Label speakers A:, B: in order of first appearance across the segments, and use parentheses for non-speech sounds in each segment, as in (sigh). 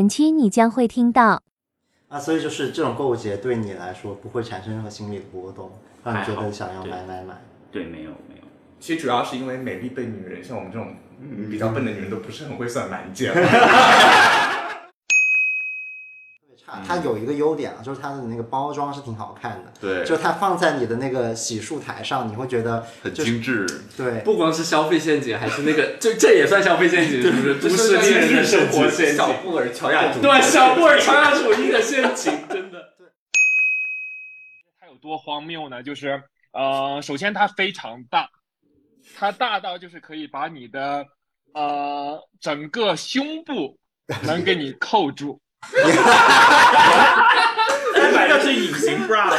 A: 本期你将会听到
B: 啊，所以就是这种购物节对你来说不会产生任何心理的波动，让你觉
C: 还好
B: 得想要
C: 对
B: 买买买。
C: 对，没有没有，
D: 其实主要是因为美丽笨女人，像我们这种嗯比较笨的女人都不是很会算满减。
E: (laughs)
B: 差它有一个优点啊，就是它的那个包装是挺好看的，
E: 对
B: 就它放在你的那个洗漱台上，你会觉得
E: 很
B: 就是
E: 精致，
B: 对，
C: 不光是消费陷阱，还是那个， (laughs) 这这也算消费陷阱，是不是？都市丽人的生活陷阱
D: 小，布尔乔亚主义
C: 对，小布尔乔亚主义的陷 (laughs) 阱，真的。
F: 它有多荒谬呢？就是呃，首先它非常大，它大到就是可以把你的呃整个胸部能给你扣住，
C: 你买的是隐形 bra 吗？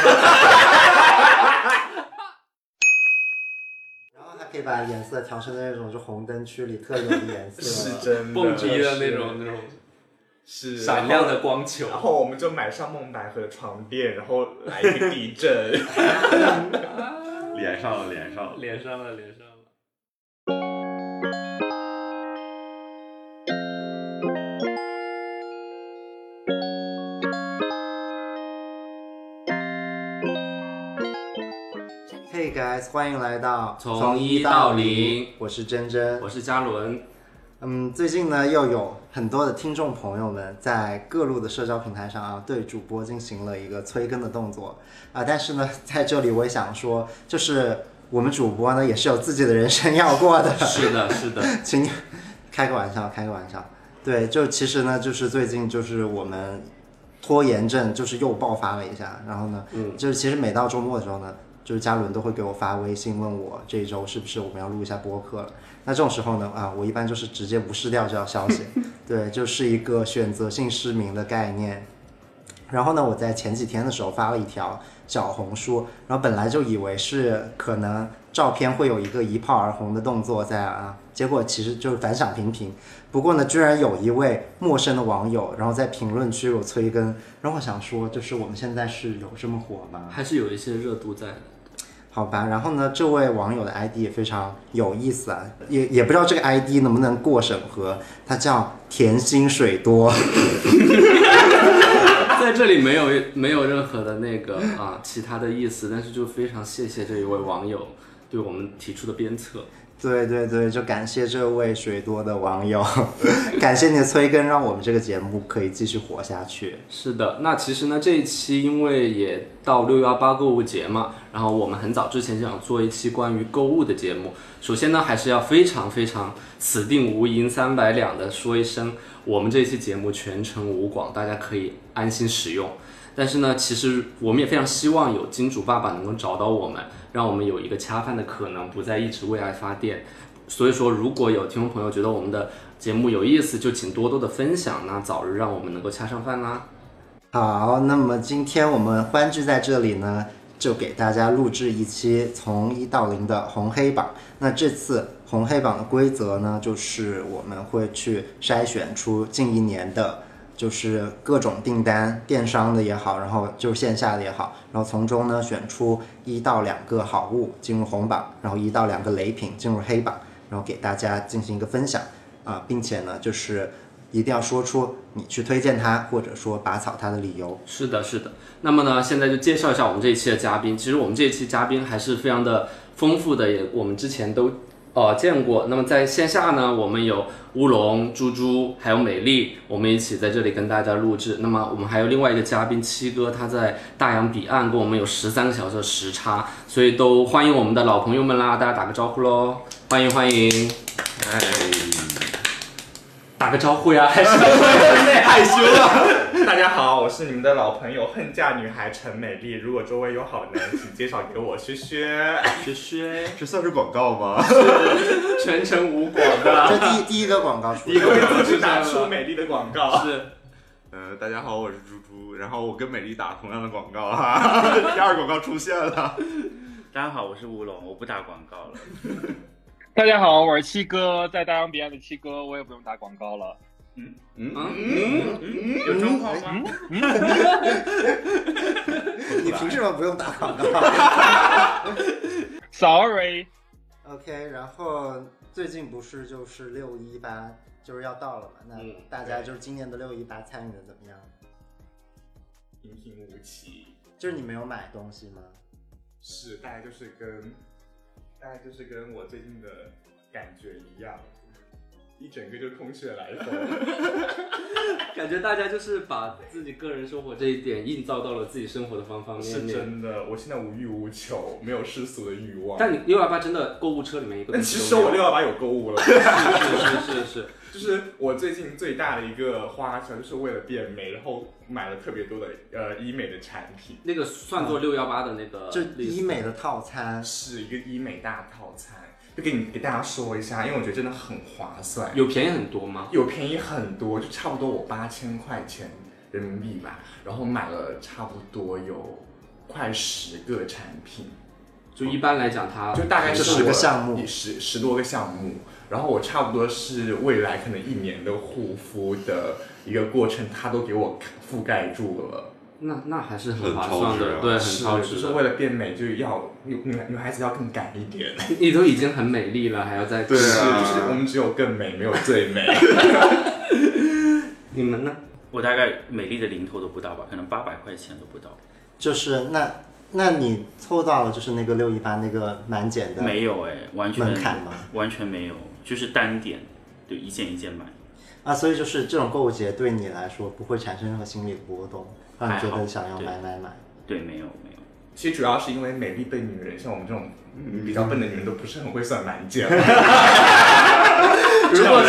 B: 然后还可以把颜色调成那种就红灯区里特有的颜色，
D: (laughs) 是真的
C: 蹦迪的那种那种
D: 是
C: 闪亮的。光球
D: 然后然后我们就买上梦百合床垫，然后来一个地
E: (laughs)
D: 震。
E: 连上了，连上了。
C: 连上了，连上了。
B: Hey guys，欢迎来到
C: 从
B: 一
C: 一到
B: 零
C: 零，
B: 我是珍珍
C: 我。是嘉伦，
B: 嗯，最近呢又有很多的听众朋友们在各路的社交平台上啊，对主播进行了一个催更的动作啊、但是呢，在这里我也想说，就是我们主播呢也是有自己的人生要过的， (laughs)
C: 是的，是的， (laughs)
B: 请你开个玩笑，开个玩笑。对，就其实呢，就是最近就是我们拖延症就是又爆发了一下，然后呢，
C: 嗯
B: 就是其实每到周末的时候呢，就是嘉伦都会给我发微信问我这一周是不是我们要录一下播客了。那这种时候呢，啊，我一般就是直接无视掉这条消息，对，就是一个选择性失明的概念。然后呢，我在前几天的时候发了一条小红书，然后本来就以为是可能照片会有一个一炮而红的动作在啊，结果其实就是反响平平。不过呢，居然有一位陌生的网友，然后在评论区有催更，然后我想说，就是我们现在是有这么火吗？
C: 还是有一些热度在的。
B: 好吧，然后呢，这位网友的 ID 也非常有意思啊，也也不知道这个 ID 能不能过审核，他叫甜心水多。 (laughs)
C: 在这里没有没有任何的那个啊其他的意思，但是就非常谢谢这一位网友对我们提出的鞭策。
B: 对对对，就感谢这位水多的网友， (laughs) 感谢你的催更，让我们这个节目可以继续活下去。
C: 是的，那其实呢，这一期因为也到六幺八购物节嘛，然后我们很早之前就想做一期关于购物的节目。首先呢，还是要非常非常死定无银三百两的说一声，我们这期节目全程无广，大家可以安心使用。但是呢，其实我们也非常希望有金主爸爸能够找到我们，让我们有一个恰饭的可能，不再一直为爱发电。所以说，如果有听众朋友觉得我们的节目有意思，就请多多的分享，那早日让我们能够恰上饭啦。
B: 好，那么今天我们欢聚在这里呢，就给大家录制一期从一到零的红黑榜。那这次红黑榜的规则呢，就是我们会去筛选出近一年的，就是各种订单，电商的也好，然后就是线下的也好，然后从中呢选出一到两个好物进入红榜，然后一到两个雷品进入黑榜，然后给大家进行一个分享啊，并且呢就是。一定要说出你去推荐它，或者说拔草它的理由。
C: 是的，是的。那么呢，现在就介绍一下我们这一期的嘉宾。其实我们这一期嘉宾还是非常的丰富的，也我们之前都呃见过。那么在线下呢，我们有乌龙、猪猪还有美丽，我们一起在这里跟大家录制。那么我们还有另外一个嘉宾七哥，他在大洋彼岸，跟我们有十三个小时的时差，所以都欢迎我们的老朋友们啦，大家打个招呼喽，欢迎欢迎，
E: 哎，
C: 打个招呼呀， (laughs) 还是害羞了。
D: 大家好，我是你们的老朋友恨嫁女孩陈美丽。如果周围有好男，请介绍给我，薛薛。
C: 学学
D: (laughs)
E: 这算是广告吗？
C: 全程无广的，
B: 这第一第一个广告出
C: 第一个
B: 来，
D: 为自己打出美丽的广
E: (laughs)
D: 告，
C: 是。
E: 呃，大家好，我是猪猪，然后我跟美丽打同样的广告哈， (laughs) 第二广告出现了。
G: (laughs) 大家好，我是乌龙，我不打广告了。
F: 大家好，我是七哥，在大洋彼岸的七哥，我也不用打广告了。
C: 嗯，
G: 有状况吗？
B: 你凭什么不用打广告
F: Sorry，
B: ？OK，然后 (laughs) 最近不是就是六一八就是要到了嘛？那
C: 嗯
B: 大家就是今年的六一八参与的怎么样？
D: 平平无奇。
B: 就是你没有买东西吗？
D: 是，大概就是跟，大概就是跟我最近的感觉一样，一整个就空穴来风。
C: 感觉大家就是把自己个人生活这一点映照到了自己生活的方方面
D: 是
C: 面。
D: 真的，我现在无欲无求，没有世俗的欲望。
C: 但你六幺八真的购物车里面一个
D: 但
C: 东
D: 其
C: 西
D: 实
C: 都
D: 我
C: 没
D: 六
C: 有
D: 幺八有购物了， (laughs)
C: 是是是是，
D: 就是我最近最大的一个花销，就是为了变美，然后买了特别多的呃医美的产品，
C: 那个算作六幺八的那个
B: 就
C: list
B: 医美的套餐，
D: 是一个医美大套餐，就给你给大家说一下，因为我觉得真的很划算。
C: 有便宜很多吗？
D: 有便宜很多，就差不多我八千块钱人民币吧，然后买了差不多有快十个产品，
C: 就一般来讲它
D: 就大概是
B: 十个
D: 我
B: 项目
D: 十十多个项目。然后我差不多是未来可能一年的护肤的一个过程，它都给我覆盖住了。
C: 那那还是很
E: 很
C: 划
E: 超
C: 算
E: 值
C: 的，
E: 啊
C: 对，很
D: 是，
C: 超
D: 就
C: 值
D: 是
C: 的。
D: 为了变美，就要女女女孩子要更敢一点。
C: 你你都已经很美丽了，还要再
E: 对
D: 是，
E: 啊
D: 就是我们只有更美，没有最
C: (laughs)
D: 美。
C: 你们呢？
G: 我大概美丽的零头都不到吧，可能八百块钱都不到。
B: 就是那那你凑到了就是那个六一八那个满减的
G: 没有哎，完全
B: 门槛吗？
G: 完全没有，就是单点，就一件一件买。
B: 啊，所以就是这种购物节对你来说不会产生任何心理的波动，让你觉
G: 还
B: 得
G: 好
B: 想要
G: 对
B: 买买买。
G: 对，没有没有。
D: 其实主要是因为美丽笨女人，像我们这种嗯比较笨的女人都不是很会算满减。
C: 如果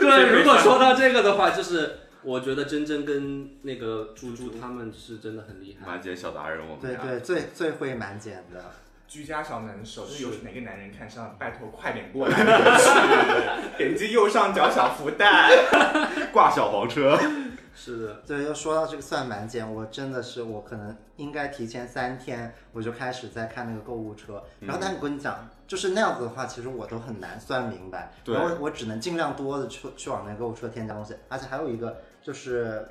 C: 对，如果说到这个的话，就是我觉得真真跟那个猪猪他们是真的很厉害
E: 满。姐小达人，我们
B: 对
E: 俩
B: 对，最最会满减的。
D: 居家小能手，就是有哪个男人看上，拜托快点过来， (laughs) 点击右上角小福
C: (laughs)
D: 袋。
E: 挂小
D: (laughs)
E: 黄车，
C: 是的，
B: 对，又说到这个算满减，我真的是我可能应该提前三天我就开始在看那个购物车，然
E: 嗯
B: 后但是我跟你讲，就是那样子的话，其实我都很难算明白，
E: 对
B: 然后我只能尽量多的去去往那个购物车添加东西，而且还有一个就是。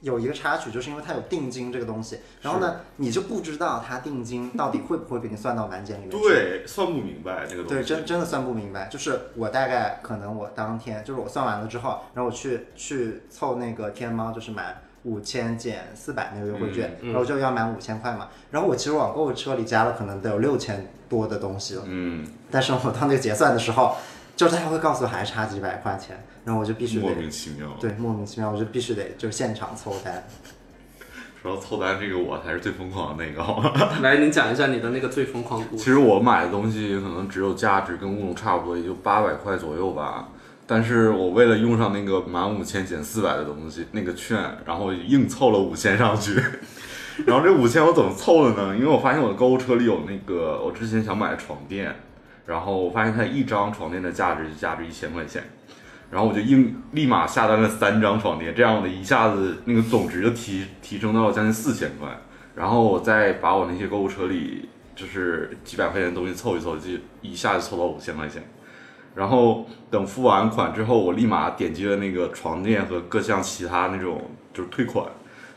B: 有一个插曲，就是因为它有定金这个东西，然后呢，你就不知道它定金到底会不会给你算到满减里面去。
E: 对，算不明白这个东西。
B: 对，真真的算不明白。就是我大概可能我当天就是我算完了之后，然后我去去凑那个天猫，就是买五千减四百那个优
E: 嗯
B: 惠券，然后就要满五千块嘛。然后我其实往购物车里加了可能得有六千多的东西了，
E: 嗯，
B: 但是我到那个结算的时候，就是他会告诉我还差几百块钱，然后我就必须
E: 莫
B: 得
E: 名其妙。
B: 对莫名其妙，我就必须得就现场凑单。
E: 说到凑单这个，我才是最疯狂的那个，好吗？
C: 来，你讲一下你的那个最疯狂故
E: 其
C: 事。
E: 实我买的东西可能只有价值跟乌龙差不多，也就八百块左右吧。但是我为了用上那个满五千减四百的东西那个券，然后硬凑了五千上去。 (laughs) 然后这五千我怎么凑的呢？因为我发现我的购物车里有那个我之前想买的床垫，然后我发现它一张床垫的价值就价值一千块钱，然后我就硬立马下单了三张床垫，这样我的一下子那个总值就提提升到了将近四千块。然后我再把我那些购物车里就是几百块钱的东西凑一凑，就一下就凑到五千块钱。然后等付完款之后，我立马点击了那个床垫和各项其他那种就是退款。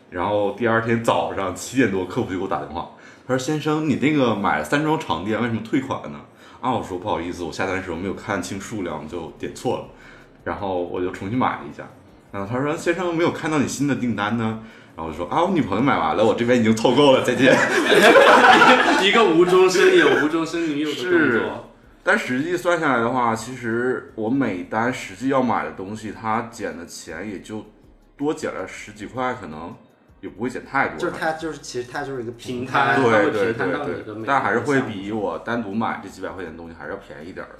E: 然后第二天早上七点多，客服就给我打电话，他说：“先生，你那个买了三张床垫，为什么退款呢？”啊，我说不好意思，我下单的时候没有看清数量，就点错了。然后我就重新买了一下。然后他说：“先生，没有看到你新的订单呢。”然后我就说：“啊，我女朋友买完了，我这边已经凑够了，再见。”
C: (laughs) 一个无中生有、无中生女有的动
E: 是
C: 作，
E: 但实际算下来的话，其实我每单实际要买的东西，它减的钱也就多减了十几块，可能也不会减太多。
B: 就是它就是其实它就是一个平
C: 平
B: 摊
C: 摊，它
E: 对
C: 会
E: 对
C: 平摊到
E: 对
C: 你的每
E: 对
C: 一，
E: 但还是
C: 个
E: 会
C: 项目
E: 比我单独买这几百块钱的东西还是要便宜点儿的。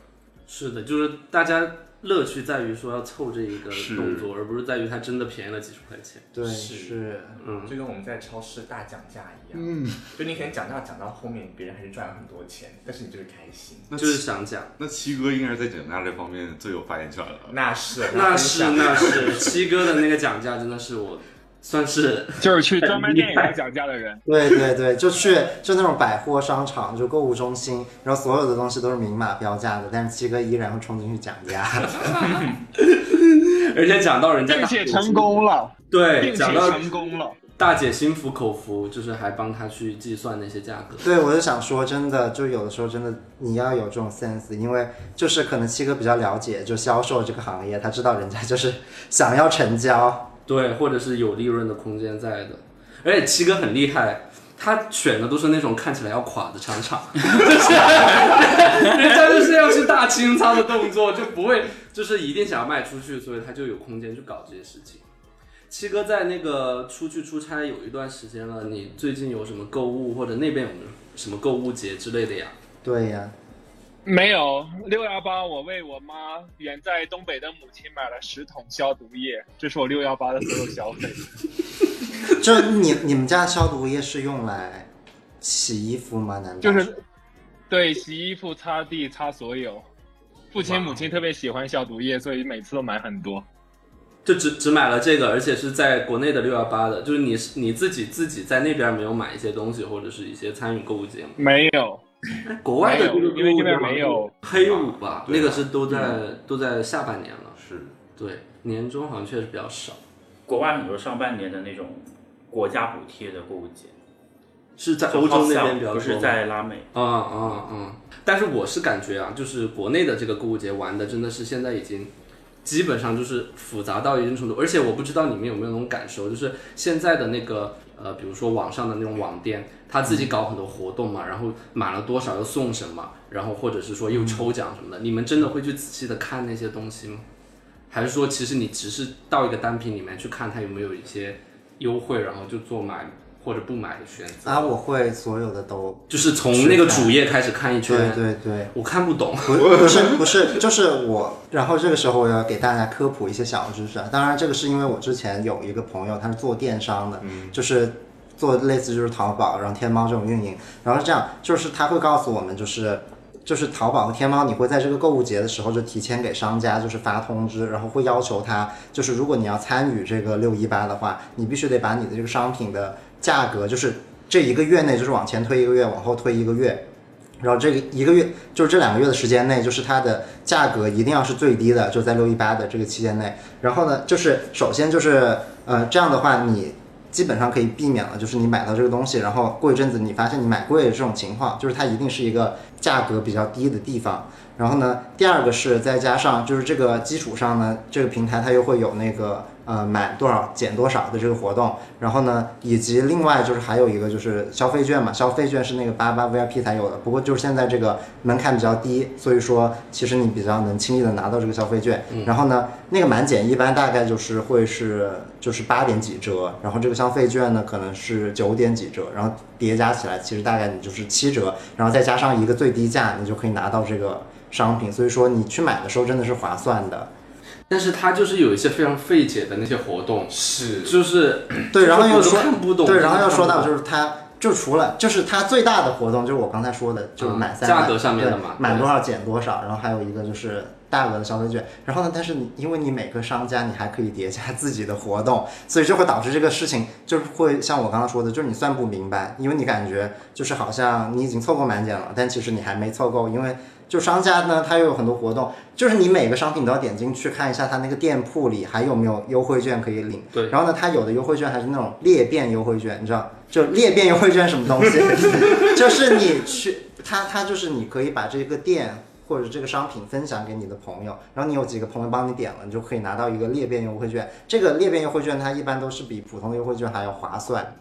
C: 是的，就是大家乐趣在于说要凑这一个
E: 是
C: 动作，而不是在于它真的便宜了几十块钱。
B: 对
D: 是
B: 是
C: 嗯，
D: 就跟我们在超市大讲价一样，嗯，就你可能讲价讲到后面，别人还是赚了很多钱，但是你就是开心。
E: 那
C: 就是想讲，
E: 那七哥应该是在减价这方面最有发言权了。
D: 那是
C: 那是那是，七哥的那个讲价真的是我算是 (laughs)
F: 就是去专卖店也要讲价的人。
B: 对对对，就去就那种百货商场，就购物中心，然后所有的东西都是明码标价的，但是七哥依然会冲进去讲价。 (laughs)
C: 而且讲到人家
F: 并且成，功了，
C: (laughs) 对，
F: 并且
C: 讲到
F: 成功了，
C: 大姐心服口服，就是还帮他去计算那些价格。
B: 对，我就想说，真的，就有的时候真的你要有这种 sense，因为就是可能七哥比较了解就销售这个行业，他知道人家就是 (laughs) 想要成交，
C: 对，或者是有利润的空间在的。而且七哥很厉害，他选的都是那种看起来要垮的厂场， (laughs) 就是人家就是要去大清仓的动作，就不会就是一定想要卖出去，所以他就有空间去搞这些事情。七哥在那个出去出差有一段时间了，你最近有什么购物或者那边有没有什么购物节之类的呀？
B: 对呀、
F: 没有六幺八，我为我妈远在东北的母亲买了十桶消毒液，这是我六幺八的所有消 (laughs) 费。
B: 就你你们家消毒液是用来洗衣服吗？难道
F: 就是对洗衣服、擦地、擦所有。父亲母亲特别喜欢消毒液，所以每次都买很多。
C: 就只只买了这个，而且是在国内的六幺八的，就是你是你自己自己在那边没有买一些东西，或者是一些参与购物节吗？
F: 没有，
C: 国外的
F: 没有因为这边没有
C: 黑五吧，
E: 对
C: 那
E: 吧
C: 个是都在都在下半年了，
E: 是
C: 对，年终好像确实比较少，
G: 国外很多上半年的那种国家补贴的购物节，
C: 是在欧洲那边比较
G: 不
C: 多
G: 是
C: 吗。
G: 在拉美。
C: 啊啊啊！但是我是感觉啊，就是国内的这个购物节玩的真的是现在已经基本上就是复杂到一定程度，而且我不知道你们有没有那种感受，就是现在的那个呃，比如说网上的那种网店，他自己搞很多活动嘛，然后买了多少又送什么，然后或者是说又抽奖什么的，你们真的会去仔细的看那些东西吗？还是说其实你只是到一个单品里面去看它有没有一些优惠，然后就做买或者不买的选择？
B: 啊，我会所有的都
C: 就是从那个主页开始看一圈，
B: 对对对。
C: 我看不懂。 (laughs)
B: 不不是不是，就是我。然后这个时候我要给大家科普一些小知识啊。当然，这个是因为我之前有一个朋友，他是做电商的，就是做类似就是淘宝，然后天猫这种运营。然后是这样，就是他会告诉我们，就是就是淘宝和天猫，你会在这个购物节的时候就提前给商家就是发通知，然后会要求他，就是如果你要参与这个六一八的话，你必须得把你的这个商品的价格，就是这一个月内就是往前推一个月，往后推一个月。然后这个一个月就是这两个月的时间内，就是它的价格一定要是最低的，就在六一八的这个期间内。然后呢，就是首先就是呃这样的话，你基本上可以避免了，就是你买到这个东西，然后过一阵子你发现你买贵了这种情况，就是它一定是一个价格比较低的地方。然后呢，第二个是再加上就是这个基础上呢，这个平台它又会有那个呃满多少减多少的这个活动，然后呢，以及另外就是还有一个就是消费券嘛，消费券是那个八八 VIP 才有的，不过就是现在这个门槛比较低，所以说其实你比较能轻易的拿到这个消费券。
C: 嗯
B: 然后呢，那个满减一般大概就是会是就是八点几折，然后这个消费券呢可能是九点几折，然后叠加起来其实大概你就是七折，然后再加上一个最低价，你就可以拿到这个商品。所以说你去买的时候真的是划算的。
C: 但是它就是有一些非常费解的那些活动，
E: 是
C: 就是
B: 对，然后又
C: 我都
B: 说
C: 看不懂
B: 对，然后又说到
C: 真
B: 就
C: 的看不懂
B: 是它，就除了就是它最大的活动就是我刚才说的，就是
C: 嗯
B: 满三、
C: 价格上面的
B: 对
C: 嘛
B: 满
C: 对
B: 多少减多少，然后还有一个就是大额的消费券。然后呢，但是你因为你每个商家你还可以叠加自己的活动，所以就会导致这个事情就是会像我刚刚说的，就是你算不明白，因为你感觉就是好像你已经凑够满减了，但其实你还没凑够，因为。就商家呢，它又有很多活动，就是你每个商品都要点进去看一下它那个店铺里还有没有优惠券可以领。
C: 对
B: 然后呢，它有的优惠券还是那种裂变优惠券，你知道？就裂变优惠券是什么东西？ (laughs) 就是你去，它它就是你可以把这个店或者这个商品分享给你的朋友，然后你有几个朋友帮你点了，你就可以拿到一个裂变优惠券。这个裂变优惠券它一般都是比普通的优惠券还要划算。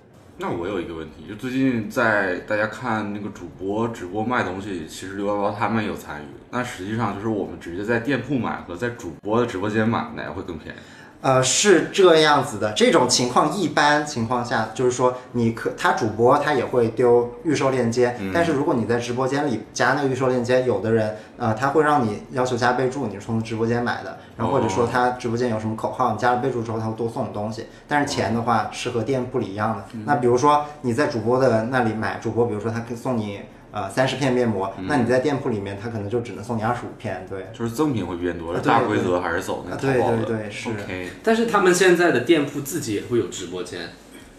E: 那我有一个问题，就最近在大家看那个主播直播卖东西，其实六幺八他们有参与，那实际上就是我们直接在店铺买和在主播的直播间买，哪个会更便宜？
B: 呃，是这样子的，这种情况一般情况下就是说，你可他主播他也会丢预售链接，但是如果你在直播间里加那个预售链接，有的人呃他会让你要求加备注，你是从直播间买的，然后或者说
E: 哦
B: 他直播间有什么口号，你加了备注之后他会多送你东西，但是钱的话是和店铺里一样的。那比如说你在主播的那里买，主播比如说他可以送你呃三十片面膜，那你在店铺里面他可能就只能送你二十五片，对。
E: 就是赠品会变多，
B: 啊对
E: 大规则还是走那个
B: 对
E: 淘宝的。
B: 对对是
E: OK，
C: 但是他们现在的店铺自己也会有直播间，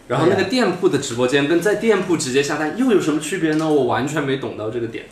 C: 然后那个店铺的直播间跟在店铺直接下单又有什么区别呢？我完全没懂到这个点。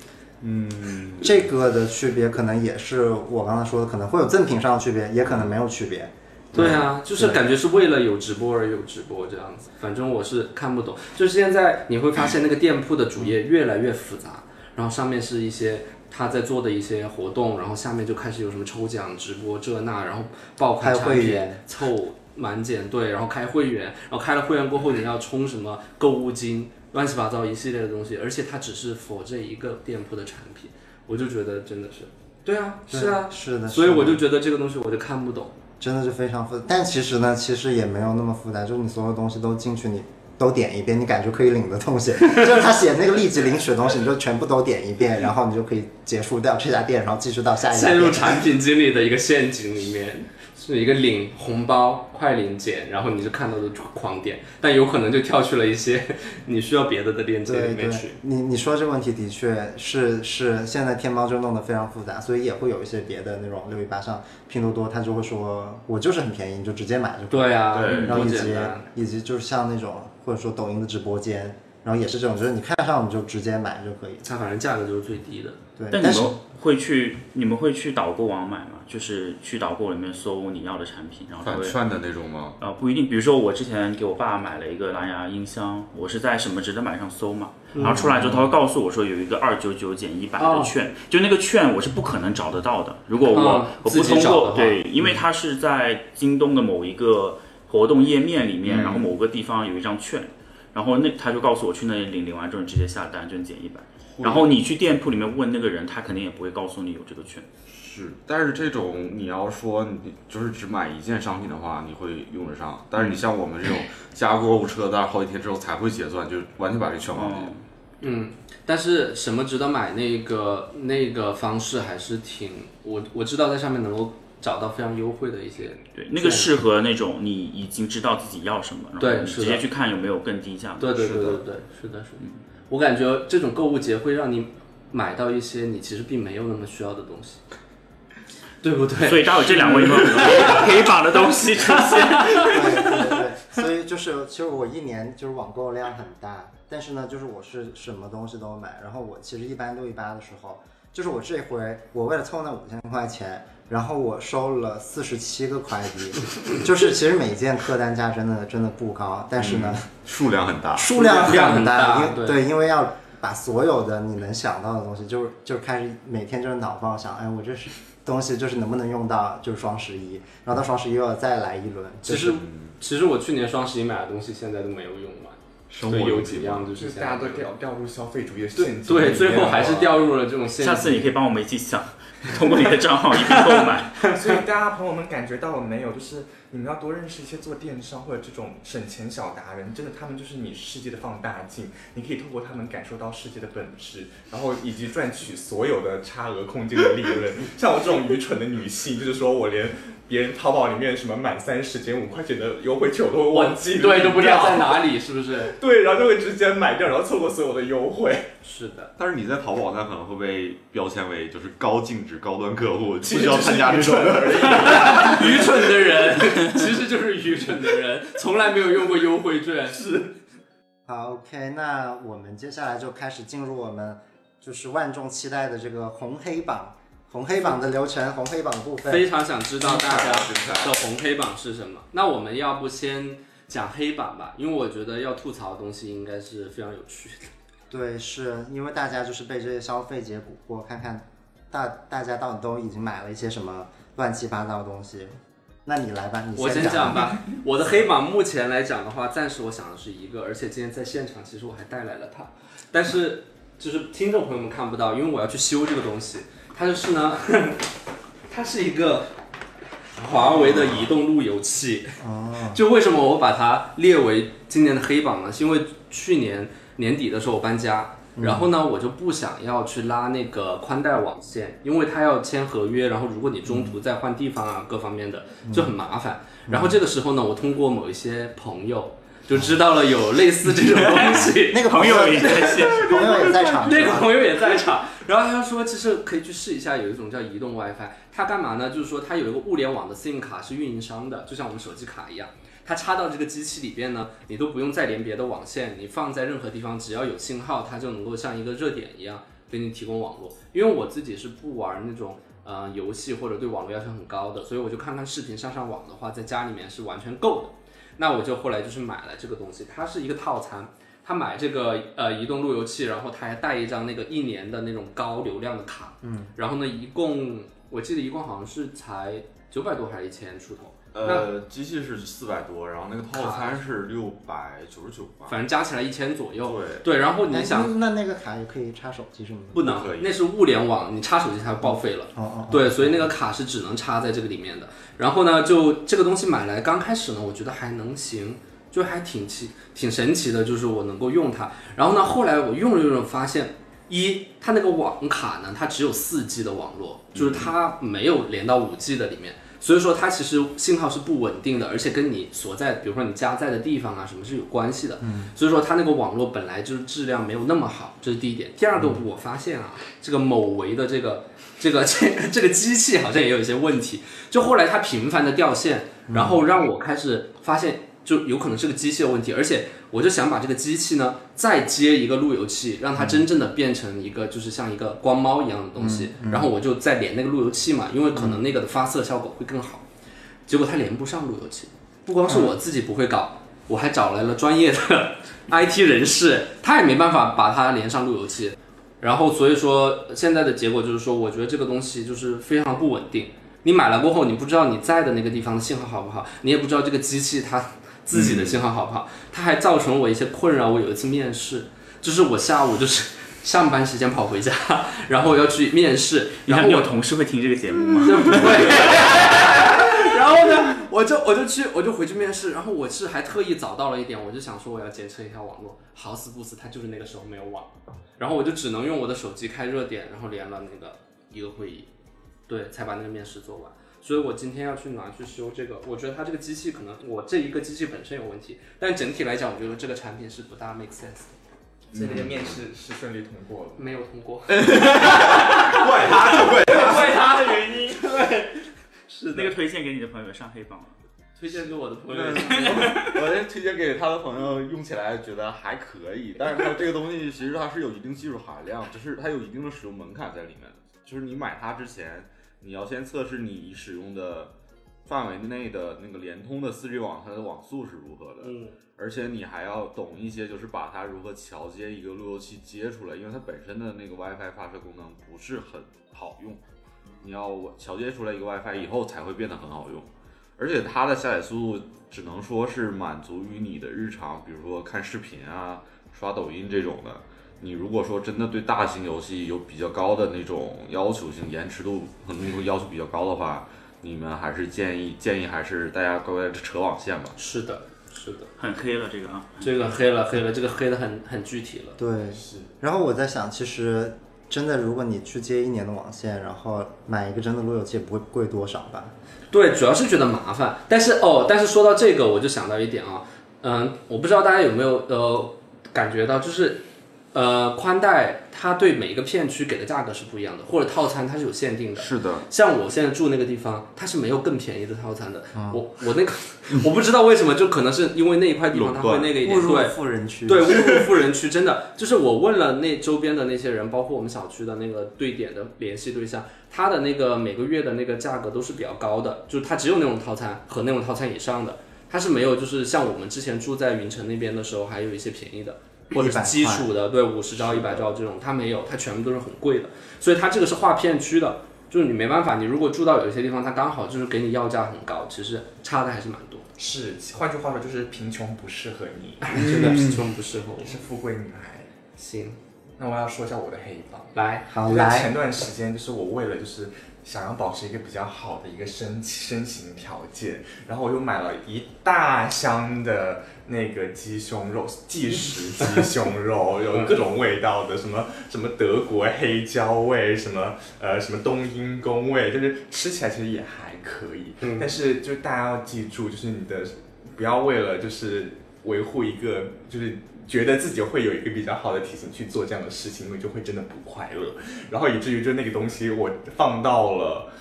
B: 这个的区别可能也是我刚才说的，可能会有赠品上的区别，也可能没有区别。
C: 对啊，就是感觉是为了有直播而有直播这样子。反正我是看不懂，就是现在你会发现那个店铺的主页越来越复杂，然后上面是一些他在做的一些活动，然后下面就开始有什么抽奖、直播这那，然后爆款
B: 开
C: 产
B: 会
C: 品
B: 员
C: 凑满减对，然后开会员，然后开了会员过后你要充什么购物金，乱七八糟一系列的东西，而且它只是否这一个店铺的产品，我就觉得真的是，对啊，是啊，
B: 是的，
C: 所以
B: 是的
C: 我就觉得这个东西我就看不懂。
B: 真的是非常复杂。但其实呢，其实也没有那么复杂，就是你所有东西都进去，你都点一遍，你感觉可以领的东西，就是他写那个立即领取的东西，你就全部都点一遍，然后你就可以结束掉这家店，然后继续到下一家
C: 陷
B: 店。
C: 入产品经理的一个陷阱里面，是一个领红包快领减，然后你就看到的狂点，但有可能就跳去了一些你需要别的的链接
B: 对
C: 里面
B: 对
C: 去。，
B: 你你说这个问题的确是是现在天猫就弄得非常复杂，所以也会有一些别的那种六一八上拼多多，他就会说我就是很便宜，你就直接买就可以了
C: 对啊，
E: 对
B: 然后
C: 多
B: 以
C: 简
B: 及
C: 单。
B: 以及就是像那种或者说抖音的直播间，然后也是这种，就是你看上你就直接买就可以。
C: 它反正价格就是最低的，
B: 对，
G: 但
B: 但
G: 你
B: 是
G: 们会去，你们会去导购网买吗？就是去导购里面搜你要的产品，然后它
E: 反
G: 会
E: 串的那种吗？
G: 呃，不一定。比如说我之前给我爸买了一个蓝牙音箱，我是在什么值得买上搜嘛，然后出来之后他会告诉我说有一个二九九减一百的
C: 嗯哦
G: 券，就那个券我是不可能找得到的。如果我、
C: 嗯
G: 我
C: 自
G: 不
C: 己
G: 通
C: 找的
G: 过
C: 话
G: 对，因为它是在京东的某一个活动页面里面，
C: 嗯
G: 然后某个地方有一张券，然后那他就告诉我去那里领，领完之后你直接下单就能减一百。
C: 嗯
G: 然后你去店铺里面问那个人，他肯定也不会告诉你有这个券。
E: 是，但是这种你要说你就是只买一件商品的话，你会用得上。但
B: 嗯
E: 是你像我们这种加购物车的，好几天之后才会结算，就完全把这全忘记。
G: 嗯，
C: 嗯，但是什么值得买那个那个方式还是挺，我我知道在上面能够找到非常优惠的一些，
G: 对，那个适合那种你已经知道自己要什么，然
C: 对
G: 后你
C: 是
G: 直
C: 的
G: 接去看有没有更低价的。
C: 对对对
E: 是
C: 对
E: 的
C: 对，是的是的，我感觉这种购物节会让你买到一些你其实并没有那么需要的东西，对不对？
G: 所以待会这两位有没有陪绑的东西出现？
B: 对对对，所以就是其实我一年就是网购量很大，但是呢，就是我是什么东西都买，然后我其实一般六一八的时候，就是我这回我为了凑那五千块钱。然后我收了四十七个快递， (laughs) 就是其实每件客单价真的真的不高，但是
C: 嗯
B: 呢，
E: 数量很大，
B: 数量
C: 啊量很
B: 大，
C: 大
B: 因为
C: 对
B: 对，因为要把所有的你能想到的东西，就是就是开始每天就是脑爆想，哎，我这是东西就是能不能用到，就是双十一，然后到双十一又要再来一轮，
C: (laughs) 其
B: 就是
C: 实其实我去年双十一买的东西现在都没有用完，所
E: 生活
C: 以有
E: 用
C: 几
E: 品
C: 样就
D: 就是是
C: 现
D: 大家都
C: 在没有
D: 掉掉入消费主义的
C: 对
D: 陷阱里面了。
C: 对，最后还是掉入了这种陷
G: 下
C: 阱。
G: 次你可以帮我们一起想，通过你的账号一并购
C: (laughs)
G: 买。
D: (laughs) 所以大家朋友们感觉到了没有？就是你们要多认识一些做电商或者这种省钱小达人，真的他们就是你世界的放大镜，你可以透过他们感受到世界的本质，然后以及赚取所有的差额空间的利润。像我这种愚蠢的女性，就是说我连别人淘宝里面什么满三十减五块钱的优惠券我都会忘
C: (laughs)
D: 记，
C: 对都不知道在。哪里，是不是？
D: 对，然后就会直接买掉，然后错过所有的优惠。
C: 是的，
E: 但是你在淘宝上可能会被标签为就是高净值高端客
B: (laughs)
E: 户，不
D: 其实
E: 需要参加这种。
C: 愚蠢的人 (laughs) 其实就是愚蠢的人，从来没有用过优惠券。是，
B: 好，OK，那我们接下来就开始进入我们就是万众期待的这个红黑榜，红黑榜的流程，红黑榜部分。
C: 非常想知道大家的红黑榜是什么。那我们要不先讲黑榜吧，因为我觉得要吐槽的东西应该是非常有趣的。
B: 对，是因为大家就是被这些消费节蛊惑，看看大大家到底都已经买了一些什么乱七八糟的东西。那你来吧，你
C: 我先
B: 讲
C: 讲。吧，我的黑榜目前来讲的话，暂时我想的是一个，而且今天在现场其实我还带来了它，但是就是听众朋友们看不到，因为我要去修这个东西。它就是呢，它是一个华为的移动路由器。
B: 哦，
C: 就为什么我把它列为今年的黑榜呢？是因为去年年底的时候我搬家，然后呢我就不想要去拉那个宽带网线，因为它要签合约，然后如果你中途再换地方啊，各方面的就很麻烦。然后这个时候呢，我通过某一些朋友就知道了有类似这种东
B: (laughs)
C: 西，
B: 那个
G: 朋
B: 友
G: 友
B: (laughs)
G: 也在线，
B: 朋友也在场。
C: 那
B: 是
C: 个
B: 吧
C: 朋友也在场，然后他就说，其实可以去试一下，有一种叫移动 WiFi，它干嘛呢？就是说它有一个物联网的 SIM 卡是运营商的，就像我们手机卡一样，它插到这个机器里边呢，你都不用再连别的网线，你放在任何地方，只要有信号，它就能够像一个热点一样给你提供网络。因为我自己是不玩那种。呃游戏或者对网络要求很高的，所以我就看看视频上上网的话，在家里面是完全够的。那我就后来就是买了这个东西，它是一个套餐，他买这个呃移动路由器，然后他还带一张那个一年的那种高流量的卡，嗯，然后呢，一共我记得一共好像是才九百多还是一千出头，
E: 呃，机器是四百多，然后那个套餐是六百九十九吧。
C: 反正加起来一千左右。
E: 对，
C: 对，然后你
B: 哎
C: 想，
B: 那那那个卡也可以插手机是吗？
C: 不
E: 不可以
C: 能，那是物联网，你插手机它就报废了。
B: 哦哦，哦，
C: 对，所以那个卡是只能插在这个里面的。然后呢，就这个东西买来刚开始呢，我觉得还能行，就还挺奇、挺神奇的，就是我能够用它。然后呢，后来我用着用着发现，一它那个网卡呢，它只有四 G 的网络，就是它没有连到五 G 的里面。所以说它其实信号是不稳定的，而且跟你所在，比如说你家在的地方啊，什么是有关系的。嗯，所以说它那个网络本来就是质量没有那么好，这是第一点。第二个，我发现啊，这个某维的这个这个 (laughs) 这个、这个机器好像也有一些问题，就后来它频繁的掉线，然后让我开始发现，就有可能是个机器的问题，而且我就想把这个机器呢再接一个路由器，让它真正的变成一个就是像一个光猫一样的东西，然后我就再连那个路由器嘛，因为可能那个的发射效果会更好。结果它连不上路由器，不光是我自己不会搞，我还找来了专业的 (laughs) IT 人士，他也没办法把它连上路由器。然后所以说现在的结果就是说，我觉得这个东西就是非常不稳定。你买了过后，你不知道你在的那个地方的信号好不好，你也不知道这个机器它自己的信号好不好，它还造成我一些困扰。我有一次面试，就是我下午就是上班时间跑回家， (laughs) 然后要去面试，
G: 你看
C: 然后
G: 你
C: 我
G: 有同事会听这个节目
C: (laughs)
G: 吗？
C: 这不会。然后呢，我就我就去我就回去面试，然后我是还特意早到了一点，我就想说我要检测一下网络，好死不死它就是那个时候没有网，然后我就只能用我的手机开热点，然后连了那个一个会议，对，才把那个面试做完。所以我今天要去拿去修这个，我觉得它这个机器可能我这一个机器本身有问题，但整体来讲，我觉得这个产品是不大 make sense，
D: 所以那个面试是顺利通过了。
C: 没有通过， (laughs)
E: 怪他就怪
C: 怪他的原
G: (laughs)
C: 因，对，是
G: 那个推荐给你的朋友上黑榜吗？
C: 推荐给我的朋友也是
E: 我我这推荐给他的朋友用起来觉得还可以，但是它这个东西其实它是有一定技术含量，只是它有一定的使用门槛在里面。就是你买它之前，你要先测试你使用的范围内的那个联通的 4G 网，它的网速是如何的。
C: 嗯。
E: 而且你还要懂一些，就是把它如何桥接一个路由器接出来，因为它本身的那个 WiFi 发射功能不是很好用，你要桥接出来一个 WiFi 以后才会变得很好用。而且它的下载速度只能说是满足于你的日常，比如说看视频啊、刷抖音这种的。你如果说真的对大型游戏有比较高的那种要求性、延迟度可能要求比较高的话，你们还是建议建议还是大家乖乖地扯网线吧。
C: 是的，是的，
G: 很黑了这个
C: (laughs)
G: 啊，
C: 这个黑了黑了，这个黑的很很具体了。
B: 对，
D: 是，
B: 然后我在想，其实真的，如果你去接一年的网线，然后买一个真的路由器，也不会贵多少吧？
C: 对，主要是觉得麻烦，但是哦，但是说到这个，我就想到一点啊，嗯，我不知道大家有没有呃感觉到，就是呃宽带它对每一个片区给的价格是不一样的，或者套餐它是有限定的。
E: 是的，
C: 像我现在住那个地方，它是没有更便宜的套餐的。我我那个 (laughs) 我不知道为什么，就可能是因为那一块地方它会那个一点，
B: 误入
C: 对，
B: 富人区。
C: (laughs) 对，误入富人区，真的就是我问了那周边的那些人，包括我们小区的那个对点的联系对象，他的那个每个月的那个价格都是比较高的，就是他只有那种套餐和那种套餐以上的，他是没有就是像我们之前住在云城那边的时候，还有一些便宜的。或者是
B: 100
C: 基础的，对五十兆、一百兆这种，它没有，它全部都是很贵的，所以它这个是划片区的，就是你没办法，你如果住到有一些地方，它刚好就是给你要价很高，其实差的还是蛮多，
D: 是，换句话说就是贫穷不适合你， (laughs)
C: 真的是嗯穷不适合我
D: 也。是富贵女孩。
C: 行，
D: 那我要说一下我的黑榜。
C: 来，
B: 好
D: 就在
B: 来，
D: 前段时间就是我为了就是想要保持一个比较好的一个身身形条件，然后我又买了一大箱的那个鸡胸肉，即食鸡胸肉，有各种味道的，什么呃什么德国黑椒味，什么呃什么冬阴功味，就是吃起来其实也还可以，
B: 嗯
D: 但是就大家要记住，就是你的不要为了就是维护一个就是。觉得自己会有一个比较好的体型去做这样的事情，因为就会真的不快乐。然后以至于就那个东西我放到了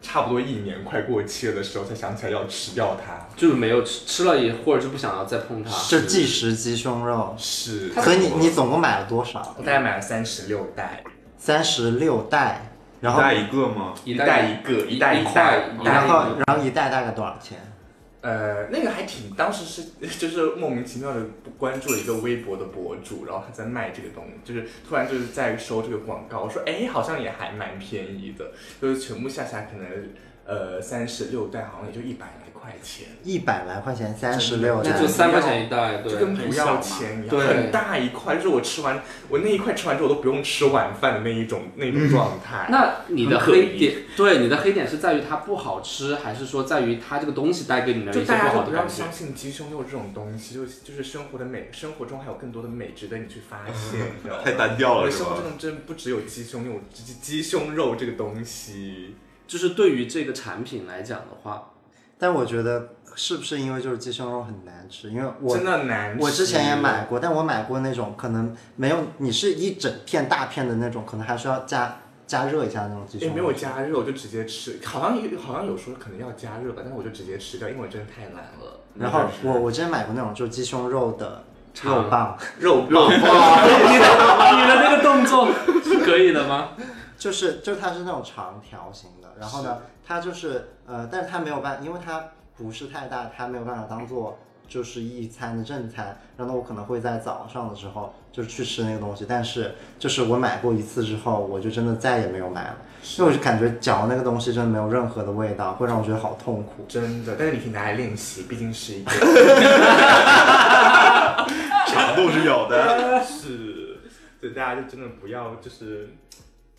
D: 差不多一年快过期了的时候，才想起来要吃掉它。
C: 就是没有吃吃了也，或者是不想要再碰它。
B: 就即食鸡胸肉。
D: 是，
B: 所以你你总共买了多少？
D: 我大概买了三十六袋，
B: 三十六袋，然
E: 一
B: 后
E: 袋一个吗？
D: 一
C: 袋
D: 袋一个，
C: 一
D: 袋袋
C: 一块，
D: 一袋
C: 袋
B: 然
D: 一
B: 后
D: 个。
B: 然后一袋大概多少钱？
D: 呃，那个还挺，当时是 (laughs) 就是莫名其妙的关注了一个微博的博主，然后他在卖这个东西，就是突然就是在收这个广告，我说哎，好像也还蛮便宜的，就是全部下下可能呃三十六袋，好像也就一百来块钱，
B: 一百来块钱，三十六
C: 那
B: 袋
C: 就。三块钱一袋，
D: 就
C: 对，
D: 跟不要钱一样，
C: 对
D: 很大一块，就是我吃完我那一块吃完之后我都不用吃晚饭的那一种那
B: 嗯
D: 种状态。
C: 那你的
G: 很可
C: 黑
G: 疑
C: 点，对你的黑点是在于它不好吃，还是说在于它这个东西带给你的
D: 就
C: 一些
D: 大
C: 不
D: 家就
C: 好的
D: 不要
C: 感觉
D: 相？信鸡胸肉这种东西，就就是生活的美，生活中还有更多的美值得你去 (laughs) 发现，你知道吗？
E: 太单调
D: 我
E: 了
D: 的
E: 是
D: 生
E: 吧
D: 活？中真不只有鸡胸肉，鸡鸡胸肉这个东西。
C: 就是对于这个产品来讲的
D: (laughs)
C: 话，
B: 但我觉得是不是因为就是鸡胸肉很难吃？因为我
D: 真的难吃。
B: 我之前也买过，但我买过那种可能没有，你是一整片大片的那种，可能还需要加加热一下的那种鸡
D: 也
B: 胸
D: 哎没有
B: 肉。
D: 加热，我就直接吃。好像有好像有说可能要加热吧，但是我就直接吃掉，因为我真的太懒了。
B: 然后我我之前买过那种就是鸡胸肉的肉棒，
D: 肉肉
C: 你的你的那个
D: (laughs)
C: 动作是可以的吗？
B: 就是就它是那种长条形的，然后呢，它就是呃，但是它没有办，因为它不是太大，它没有办法当做就是一餐的正餐。然后呢，我可能会在早上的时候就去吃那个东西，但是就是我买过一次之后，我就真的再也没有买了，因为我就感觉嚼那个东西真的没有任何的味道，会让我觉得好痛苦。
D: 真的，但是你可以拿来练习，毕竟是一个。
E: (laughs) 长度是有的。
D: 是，所以大家就真的不要就是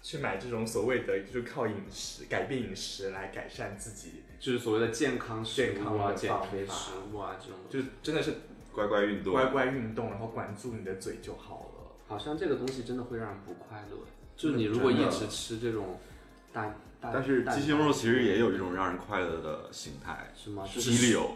D: 去买这种所谓的就是靠饮食改变饮食来改善自己，
C: 就是所谓的健康食
D: 健
C: 物啊、
D: 康的
C: 减
D: 方
C: 肥
D: 法
C: 食物啊这种。
D: 就真的是
E: 乖乖运动，
D: 乖乖运动，然后管住你的嘴就好了。
C: 好像这个东西真的会让人不快乐。就你如果一直吃这种大大，
E: 但是
C: 大
E: 鸡胸肉其实也有一种让人快乐的形态，
C: 是吗？就是
E: 鸡柳，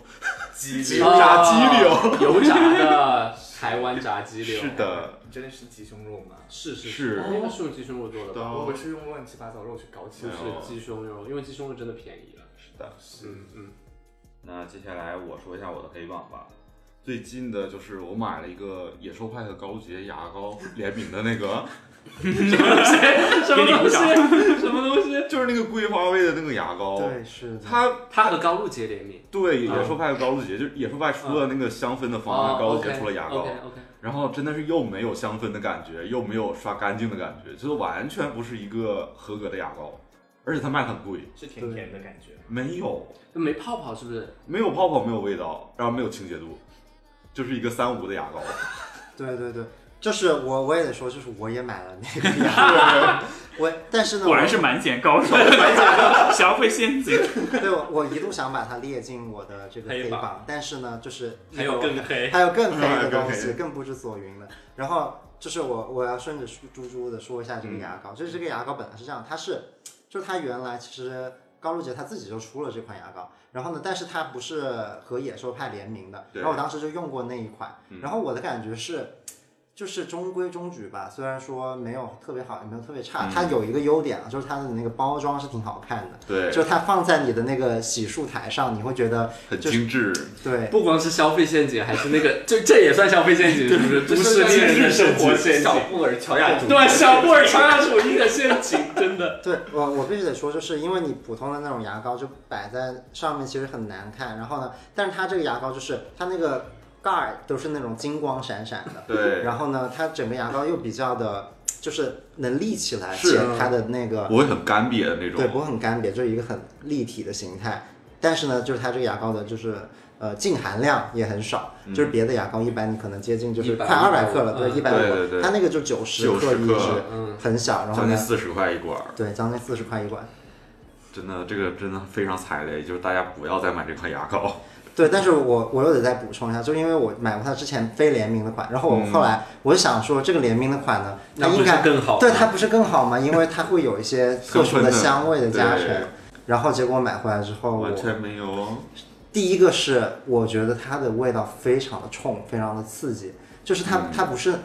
D: 鸡
E: 鸡柳炸鸡柳，
C: 哦 (laughs) 油炸的台湾炸鸡柳，
E: 是的，
D: 你真的是鸡胸肉吗？
C: 是是
E: 是
C: 哦那个是用鸡胸肉做的吧？
D: 我以为是用乱七八糟肉去搞起
C: 就
D: 来的。
E: 哦
C: 是鸡胸肉，因为鸡胸肉真的便宜了。
E: 是的。
C: 嗯嗯，
E: 那接下来我说一下我的黑榜吧。最近的就是我买了一个野兽派和高露洁牙膏联名的那个， (laughs)
C: 什么东西？什么东西？
E: 就是那个桂花味的那个牙膏。
B: 对，是的。
E: 它
C: 它和高露洁联名。
E: 对
C: 啊
E: 野兽派和高露洁，就是野兽派出了那个香氛的方案，高露洁出了牙膏
C: 哦 OK，OK。
E: 然后真的是又没有香氛的感觉，又没有刷干净的感觉，就是完全不是一个合格的牙膏，而且它卖得很贵，
D: 是甜甜的感觉。
E: 没有
C: 没泡泡是不是？
E: 没有泡泡，没有味道，然后没有清洁度，就是一个三无的牙膏。
B: 对对对，就是我我也得说，就是我也买了那个牙膏，
G: (laughs)
B: 我但是呢，
G: 果然
B: 我
G: 是满减高
C: (laughs)
G: 手，消费陷阱。 (laughs)
B: (laughs) 对我我一度想把它列进我的这个
C: 黑
B: 黑
C: 榜
B: 榜，但是呢，就是
C: 还有更黑
B: 还有更黑
E: 还有
B: 的
E: (laughs) 更
B: 东
E: 黑
B: 西，更不知所云的。然后就是我我要顺着猪猪的说一下这
E: 嗯
B: 个牙膏，就是这个牙膏本来是这样，它是就它原来其实高露洁她自己就出了这款牙膏，然后呢，但是它不是和野兽派联名的，
E: 对嗯
B: 然后我当时就用过那一款，然后我的感觉是。就是中规中矩吧，虽然说没有特别好，也没有特别
E: 嗯
B: 差，它有一个优点啊，就是它的那个包装是挺好看的，
E: 对，
B: 就它放在你的那个洗漱台上，你会觉得
E: 很精致。
B: 对，
C: 不光是消费陷阱，还是那个，这这也算消费陷阱，是不是？都市丽人的生活陷阱。
D: 小布尔乔亚主义
C: 对，小布尔乔亚主义的陷阱，真的。
B: 对我我必须得说，就是因为你普通的那种牙膏就摆在上面，其实很难看。然后呢，但是它这个牙膏就是它那个盖儿都是那种金光闪闪的，
E: 对，
B: 然后呢，它整个牙膏又比较的，就是能立起来，
E: 是
B: 且
E: 啊
B: 它的那个
E: 不会很干瘪的那
B: 对不
E: 种。
B: 会很干瘪，就是一个很立体的形态。但是呢，就是它这个牙膏的，就是呃净含量也很少，就是别的牙膏一般你可能接近就是
C: 100
B: 快二百克了，
C: 嗯
B: 对，一百
E: 对对
B: 五，
E: 对
B: 它那个就九十
E: 90
B: 克一
E: 克
B: 支，
C: 嗯
B: 很小，然后
E: 将近
B: 呢，
E: 四十块一管儿，
B: 对，将近四十块一管。
E: 真的，这个真的非常踩雷，就是大家不要再买这款牙膏。
B: 对，但是我我又得再补充一下，就是因为我买过它之前非联名的款，然后我后来我就想说这个联名的款呢，
C: 它不
B: 应
C: 是
B: 该
C: 更好吗
B: 对它不是更好吗？因为它会有一些特殊
E: 香氛
B: 的
E: 的
B: 香味的加成
E: 对。
B: 然后结果买回来之后，我
E: 完全没有，
B: 第一个是我觉得它的味道非常的冲，非常的刺激，就是它、它不是。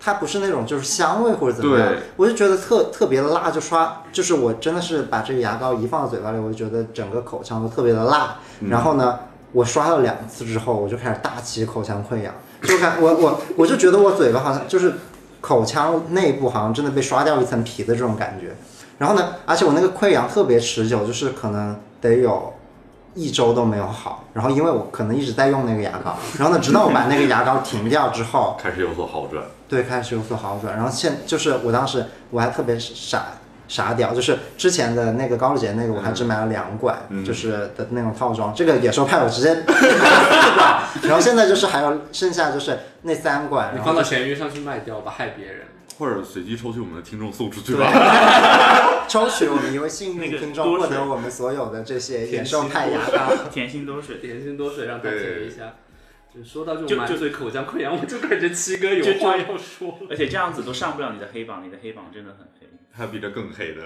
B: 它不是那种就是香味或者怎么样
E: 对，
B: 我就觉得特特别的辣，就刷，就是我真的是把这个牙膏一放到嘴巴里，我就觉得整个口腔都特别的辣。然后呢，我刷了两次之后，我就开始大起口腔溃疡，就感我我我就觉得我嘴巴好像就是口腔内部好像真的被刷掉一层皮的这种感觉。然后呢，而且我那个溃疡特别持久，就是可能得有一周都没有好。然后因为我可能一直在用那个牙膏，然后呢，直到我把那个牙膏停掉之后，
E: 开始有所好转。
B: 对，开始有所好转。然后现就是我当时我还特别傻傻屌，就是之前的那个高露洁那个，我还只买了两管，就是的那种套装。这个野兽派我直接 (laughs) 买了四管，然后现在就是还有剩下就是那三管，
C: 你
B: 然
C: 放
B: 后
C: 到闲鱼上去卖掉吧，害别人。
E: 或者随机抽取我们的听众送出去吧。
B: 抽取我们一位幸
G: 那
B: 运
G: 个
B: 听众
G: 多
B: 获
G: 水
B: 得我们所有的这些野
C: 甜
B: 兽
C: 心
B: 派牙
C: 多
B: 膏。
G: 甜心多水。
C: 甜心多水让他解一下。就说到这
G: 就
C: 种满嘴口腔溃疡，我就感觉七哥
G: 就
C: 有
G: 就
C: 话要说。
G: 而且这样子都上不了你的黑榜，你的黑榜真的很黑。
E: 还有比这更黑的。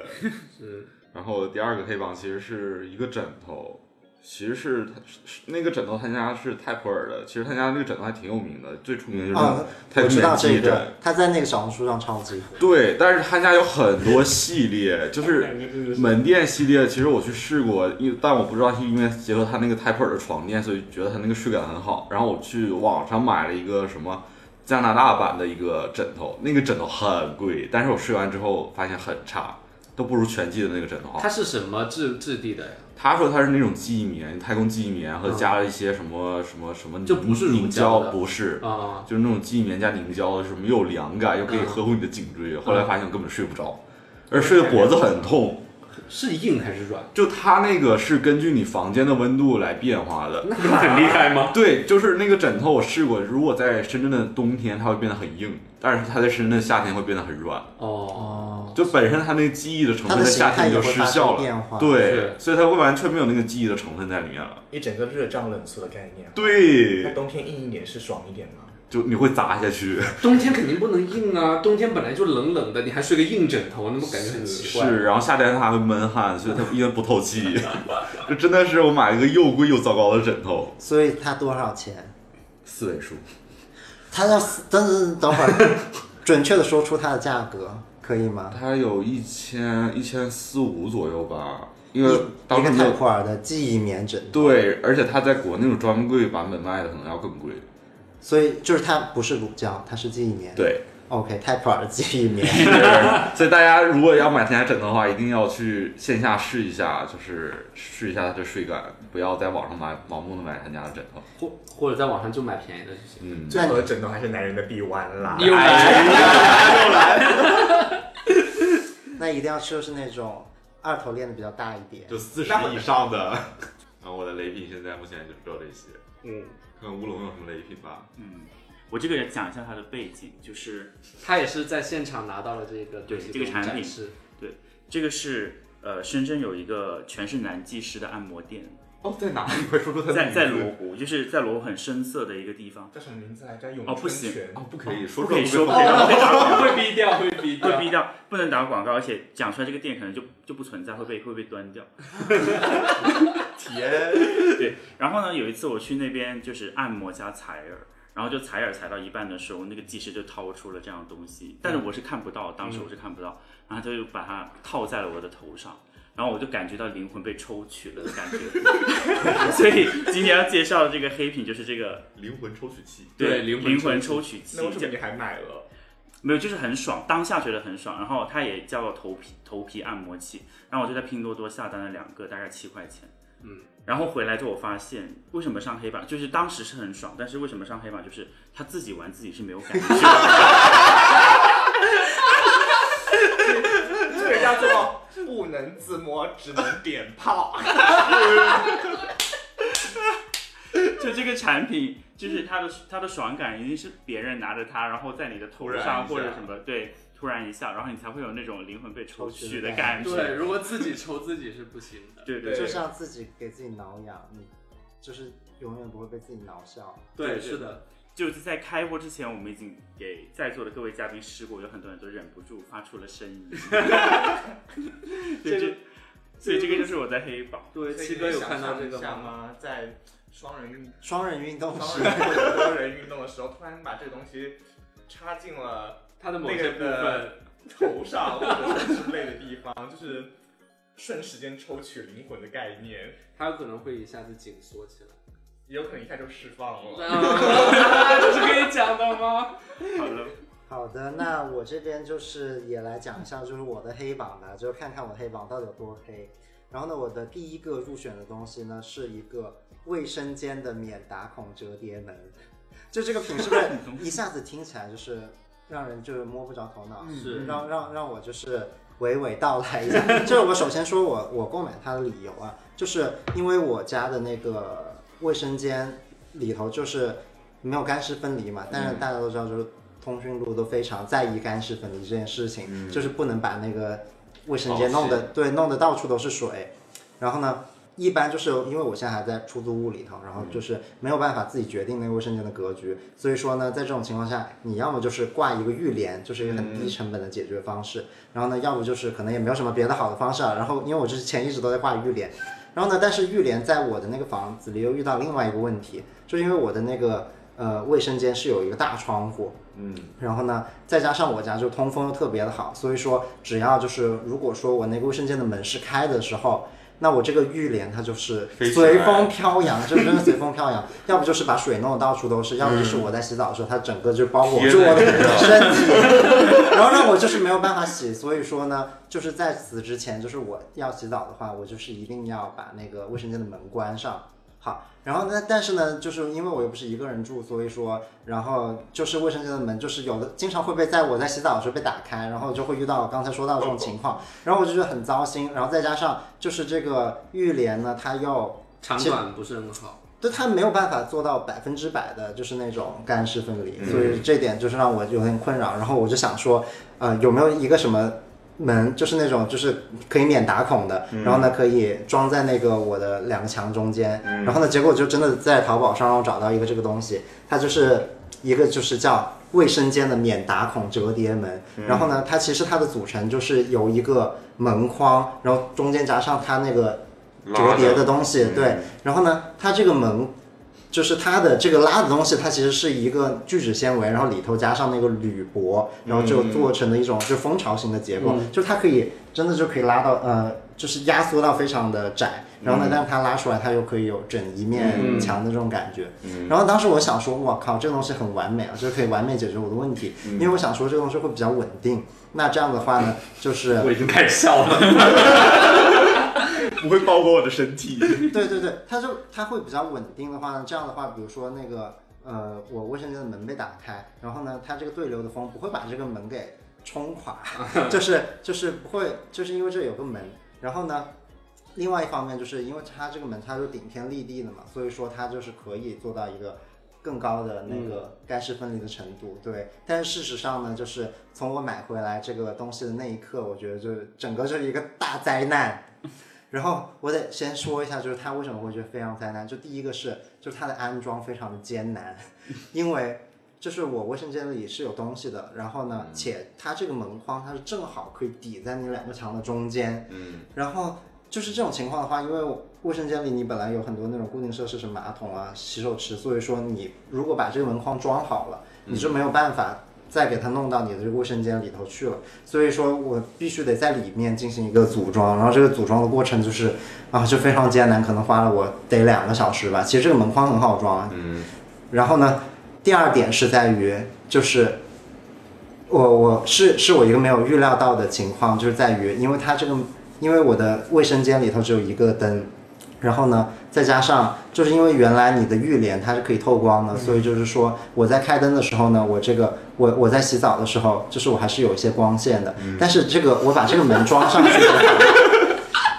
C: 是
E: 然后第二个黑榜其实是一个枕头，其实是他是那个枕头他家是泰普尔的，其实他家那个枕头还挺有名的，最出名就是
B: 啊
E: 泰
B: 我
E: 姬
B: 知道这
E: 枕。
B: 个，他在那个小红书上超级火。
E: 对，但是他家有很多系列，就是嗯门店系列。其实我去试过，因但我不知道是因为结合他那个泰普尔的床垫，所以觉得他那个睡感很好。然后我去网上买了一个什么加拿大版的一个枕头，那个枕头很贵，但是我睡完之后发现很差，都不如全季的那个枕头好
C: 它。是什么质质地的呀？
E: 他说他是那种记忆棉，太空记忆棉和加了一些什么什么什么凝，
C: 就不是乳
E: 凝
C: 胶
E: 胶，
C: 的
E: 不是，
C: 啊，
E: 就是那种记忆棉加凝胶的，什么又有凉感，又可以
C: 嗯
E: 呵护你的颈椎。后来发现我根本睡不着，而睡得脖子很痛。
C: 是硬还是软？
E: 就它那个是根据你房间的温度来变化的。
C: (laughs) 那不很厉害吗？
E: 对，就是那个枕头，我试过，如果在深圳的冬天，它会变得很硬，但是它在深圳夏天会变得很软。
C: 哦，
E: 就本身它那个记忆的成
B: 它的
E: 分在
B: 形
E: 夏
B: 态
E: 天
B: 也
E: 就
B: 会
E: 失
B: 发生
E: 效
B: 变
E: 了，
B: 化。
E: 对
C: 是，
E: 所以它会完全没有那个记忆的成分在里面了。
D: 一整个热胀冷缩的概念。，
E: 对，
D: 那冬天硬一点是爽一点吗？
E: 就你会砸下去。
C: 冬天肯定不能硬啊，冬天本来就冷冷的，你还睡个硬枕头，那么感觉很奇怪。
E: 是，然后夏天它还会闷汗，所以它因为不透
C: (laughs)
E: 气。这真的是我买了一个又贵又糟糕的枕头，
B: 所以它多少钱？
E: 四位数，
B: 它要死等等等会儿，准确的说出它的价格可以吗？
E: 它有一千一千四五左右吧，因为
B: 一
E: 嗯当
B: 一个
E: 时没
B: 泰
E: 有
B: 普啊尔的记忆棉枕，
E: 对，而且它在国内有专柜版本卖的，可能要更贵。
B: 所以就是它不是乳胶，它是记忆棉。
E: (laughs) 对，
B: ，OK，泰普尔的记忆棉。 (laughs)
E: 是所以大家如果要买他家枕头的话，一定要去线下试一下，就是试一下它的睡感，不要在网上买盲目的买他家的枕头。
C: 或或者在网上就买便宜的就行。
E: 嗯，
D: 最好的枕头还是男人的臂弯啦。
C: 又
F: 哎
C: 来了，
B: 那一定要吃的是那种二头练的比较大一点。
E: 就四十以上的。 (laughs) 然后我的雷品现在目前就只有这些。
C: 嗯，
E: 看看乌龙有什么雷品吧。
G: 嗯，我这个也讲一下它的背景，就是
C: 他也是在现场拿到了这个
G: 对这个产品
C: 展示。
G: 这个是呃深圳有一个全是男技师的按摩店，
E: 哦，在哪里？快说出它的
G: 在
E: 名
G: 在
E: 字
G: 罗湖，就是在罗湖很深色的一个地方。
D: 叫什么名字来着？咏
G: 哦不
D: 春
G: 行
D: 拳。
E: 哦，不可以，
G: 不
E: 说出
G: 可
E: 来
G: 以
E: 会
G: 说，不
E: 被封
G: 可以
E: 杀
G: 说，会打
C: 会逼掉，会逼
G: 会
C: 掉。
G: 逼掉，不能打广告，而且讲出来这个店可能就就不存在，会被会被端掉。对，然后呢，有一次我去那边就是按摩加采耳，然后就采耳采到一半的时候，那个技师就掏出了这样的东西，但是我是看不到，当时我是看不到，然后他就把它套在了我的头上。然后我就感觉到灵魂被抽取了的感觉， (laughs) 所以今天要介绍的这个黑品就是这个
E: 灵魂抽取 (laughs) 器。
C: 对灵
G: 灵
C: 魂
G: 魂
C: 抽
G: 抽取器，
D: 那为什么你还买了？
G: 没有，就是很爽，当下觉得很爽。然后它也叫头皮头皮按摩器，然后我就在拼多多下单了两个，大概七块钱。
C: 嗯，
G: 然后回来之后我发现，为什么上黑板？就是当时是很爽，但是为什么上黑板？就是他自己玩自己是没有感觉的。
D: 这个叫 (laughs) 做不能自摸，只能点 (laughs) 炮。
G: 就这个产品，就是它的它的爽感一定是别人拿着它，然后在你的头
E: 突然一
G: 上
E: 下
G: 或者什么，对，突然一下，然后你才会有那种灵魂被抽取的
B: 抽取的
G: 感
B: 感
C: 对，
G: 觉。
C: 如果自己抽自己是不行的。
G: 对对
B: 就
D: 对
G: 对，
B: 像自己给自己挠痒，你就是永远不会被自己挠笑。
G: 对
C: 是的，
G: 就是在开播之前，我们已经给在座的各位嘉宾试过，有很多人都忍不住发出了声音。对，
C: 这
G: 这
C: 个
G: 所以这个就是我在黑榜。
C: 对，七哥有看到这个吗？
D: 吗？在双人运
B: 双人运动
D: 双
B: 是
D: 人或者多人运动的时候，突然把这个东西插进了
C: 他的某些部分，
D: 头上或者是之类的地方，就是瞬时间抽取灵魂的概念，
C: 他有可能会一下子紧缩起来。
D: 也有可能一下就释放了。
C: 哦啊，这是可以讲的吗？
G: 好了，
B: 好好的，那我这边就是也来讲一下，就是我的黑榜吧，就是看看我黑榜到底有多黑。然后呢，我的第一个入选的东西呢，是一个卫生间的免打孔折叠门。就这个品是不是一下子听起来就是让人就是摸不着头脑？
G: 是
B: 让让让我就是娓娓道来一下。 (laughs) 就是我首先说我我购买它的理由啊，就是因为我家的那个卫生间里头就是没有干湿分离嘛，但是大家都知道就是通讯录都非常在意干湿分离这件事情，就是不能把那个卫生间弄得对弄得到处都是水。然后呢，一般就是因为我现在还在出租屋里头，然后就是没有办法自己决定那个卫生间的格局，所以说呢，在这种情况下，你要么就是挂一个浴帘，就是一个很低成本的解决方式，然后呢，要不就是可能也没有什么别的好的方式啊。然后因为我之前一直都在挂浴帘，然后呢，但是浴帘在我的那个房子里又遇到另外一个问题，就是因为我的那个呃卫生间是有一个大窗户，
E: 嗯，
B: 然后呢，再加上我家就通风又特别的好，所以说只要就是如果说我那个卫生间的门是开的时候，那我这个浴帘它就是
E: 飞起
B: 随
E: 来
B: 风飘扬，就真的随风飘扬。 (laughs) 要不就是把水弄得到处都是，要不就是我在洗澡的时候，它整个就包裹
E: 嗯贴
B: 住我的
E: 在身
B: 身
E: 上
B: 体， (laughs) 然后让我就是没有办法洗。所以说呢，就是在此之前，就是我要洗澡的话，我就是一定要把那个卫生间的门关上。好，然后呢，但是呢，就是因为我又不是一个人住，所以说，然后就是卫生间的门，就是有的经常会被在我在洗澡的时候被打开，然后就会遇到我刚才说到的这种情
E: 哦
B: 况，然后我就觉得很糟心，然后再加上就是这个浴帘呢，它又
C: 长
B: 其实
C: 短不是很好。
B: 就它没有办法做到百分之百的，就是那种干湿分离，所以这点就是让我有点困扰。然后我就想说，呃，有没有一个什么门，就是那种就是可以免打孔的，然后呢可以装在那个我的两个墙中间。然后呢，结果就真的在淘宝上让我找到一个这个东西，它就是一个就是叫卫生间的免打孔折叠门。然后呢，它其实它的组成就是由一个门框，然后中间加上它那个折叠的东西，对。然后呢，它这个门，就是它的这个拉的东西，它其实是一个聚酯纤维，然后里头加上那个铝箔，然后就做成的一种就蜂巢型的结构，就它可以真的就可以拉到呃，就是压缩到非常的窄。然后呢，但是它拉出来，它又可以有整一面墙的这种感觉。然后当时我想说，我靠，这个东西很完美啊，就是可以完美解决我的问题，因为我想说这个东西会比较稳定。那这样的话呢，就是
G: 我已经开始笑了。
E: 不会包裹我的身体。
B: 对对对，它就它会比较稳定的话呢，这样的话，比如说那个呃，我卫生间的门被打开，然后呢，它这个对流的风不会把这个门给冲垮， (laughs) 就是就是不会，就是因为这有个门，然后呢。另外一方面，就是因为它这个门它是顶天立地的嘛，所以说它就是可以做到一个更高的那个干湿分离的程度。对，但是事实上呢，就是从我买回来这个东西的那一刻，我觉得就是整个就是一个大灾难。然后我得先说一下，就是它为什么会觉得非常灾难。就第一个是，就是它的安装非常的艰难， (laughs) 因为就是我卫生间里是有东西的，然后呢，且它这个门框它是正好可以抵在你两个墙的中间，嗯，然后就是这种情况的话，因为我卫生间里你本来有很多那种固定设施，什么马桶啊、洗手池，所以说你如果把这个门框装好了，你就没有办法。再给它弄到你的这个卫生间里头去了，所以说我必须得在里面进行一个组装，然后这个组装的过程就是啊，就非常艰难，可能花了我得两个小时吧。其实这个门框很好装啊，
E: 嗯，
B: 然后呢，第二点是在于，就是我我是是我一个没有预料到的情况，就是在于，因为它这个，因为我的卫生间里头只有一个灯，然后呢，再加上就是因为原来你的浴帘它是可以透光的，所以就是说我在开灯的时候呢，我这个我我在洗澡的时候，就是我还是有一些光线的，但是这个我把这个门装上去了，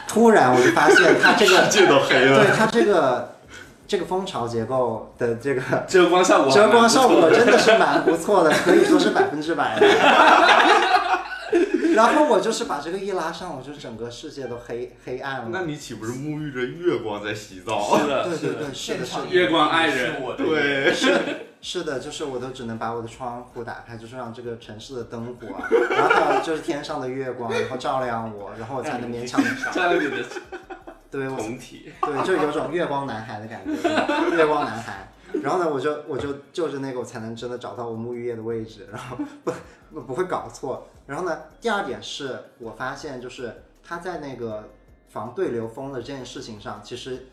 B: 突然我就发现它这
E: (laughs)
B: 个
E: 这都黑
B: 对
E: 了。
B: 它这个这个蜂巢结构的这个
C: 遮光效果还
B: 折
C: 蛮不错
B: 光
C: 的，
B: 效果真的是蛮不错的，可以说是百分之百的。然后我就是把这个一拉上，我就整个世界都黑黑暗
E: 那
B: 了。
E: 你岂不是沐浴着月光在洗澡？ (laughs)
C: 是的，
B: 对
C: 是
B: 对
C: 的
B: 对，是的，是的，
C: 月光爱人，
E: 对，
B: 是的，就是我都只能把我的窗户打开，就是让这个城市的灯火啊，然后还有就是天上的月光，然后照亮我，然后我才能勉强
C: 占了你的
B: 对我
C: 同体。
B: (laughs) 对，就有种月光男孩的感觉，月光男孩。然后呢，我就我就就着那个，我才能真的找到我沐浴液的位置，然后不不不会搞错。然后呢，第二点是我发现就是他在那个防对流风的这件事情上，其实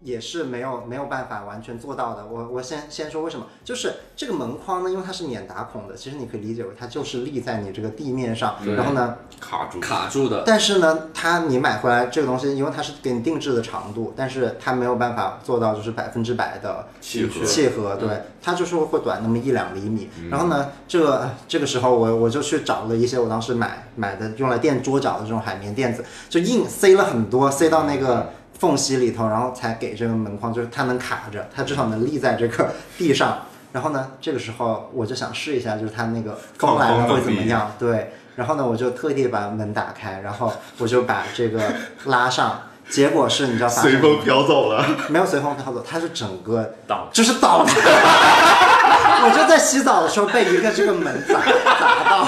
B: 也是没有没有办法完全做到的。我我先先说为什么，就是这个门框呢，因为它是免打孔的，其实你可以理解为它就是立在你这个地面上，
C: 对
B: 然后呢，
E: 卡住
C: 卡住的，
B: 但是呢，它你买回来这个东西，因为它是给你定制的长度，但是它没有办法做到就是百分之百的
E: 契合嗯
B: 契合，对，它就是会短那么一两厘米。然后呢，这个这个时候我我就去找了一些我当时买买的用来垫桌角的这种海绵垫子，就硬塞了很多，塞到那
E: 嗯
B: 个。缝隙里头，然后才给这个门框，就是它能卡着，它至少能立在这个地上。然后呢，这个时候我就想试一下，就是它那个风来了会怎么样？对。然后呢，我就特地把门打开，然后我就把这个拉上。结果是，你知道发生
E: 随
B: 什么
E: 风
B: 吗？
E: 飘走了。
B: 没有随风飘走，它是整个
G: 倒
B: 就是倒的。 (laughs) 我就在洗澡的时候被一个这个门砸砸到，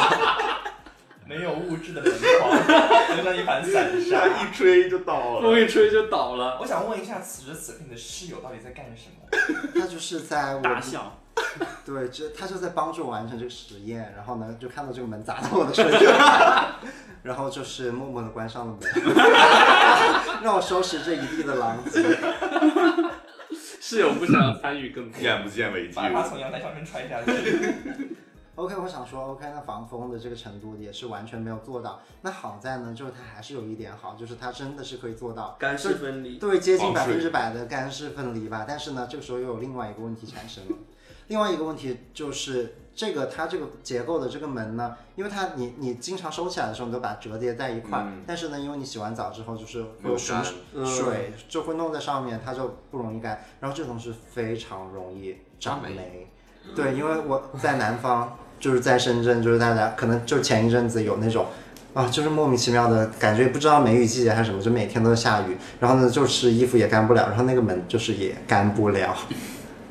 D: 没有物质的门框，就像 (laughs) 一盘散沙。
E: 一吹就倒了。
C: 风一吹就倒了。
D: 我想问一下，此时此刻你的室友到底在干什么？
B: 它就是在我
G: 大笑。
B: 对，这他就在帮助我完成这个实验，然后呢，就看到这个门砸到我的身上， (laughs) 然后就是默默的关上了门， (laughs) 让我收拾这一地的狼藉。
C: 室友不想要参与更多，
E: 眼不见为净。
D: 把它从阳台上面踹下去。
B: OK，我想说，OK，那防风的这个程度也是完全没有做到。那好在呢，就是它还是有一点好，就是它真的是可以做到
C: 干湿分离。
B: 对，接近百
E: 防
B: 分
E: 水
B: 之百的干湿分离吧。但是呢，这个时候又有另外一个问题产生了。另外一个问题就是，这个它这个结构的这个门呢，因为它你你经常收起来的时候，你都把它折叠在一块儿，但是呢，因为你洗完澡之后就是会
E: 没有
B: 有水
E: 干
C: 嗯
B: 水就会弄在上面，它就不容易干。然后这种是非常容易长
E: 长霉
B: 霉，对，因为我在南方，就是在深圳，就是大家可能就前一阵子有那种。啊，就是莫名其妙的感觉，不知道梅雨季节还是什么，就每天都下雨，然后呢，就是衣服也干不了，然后那个门就是也干不了，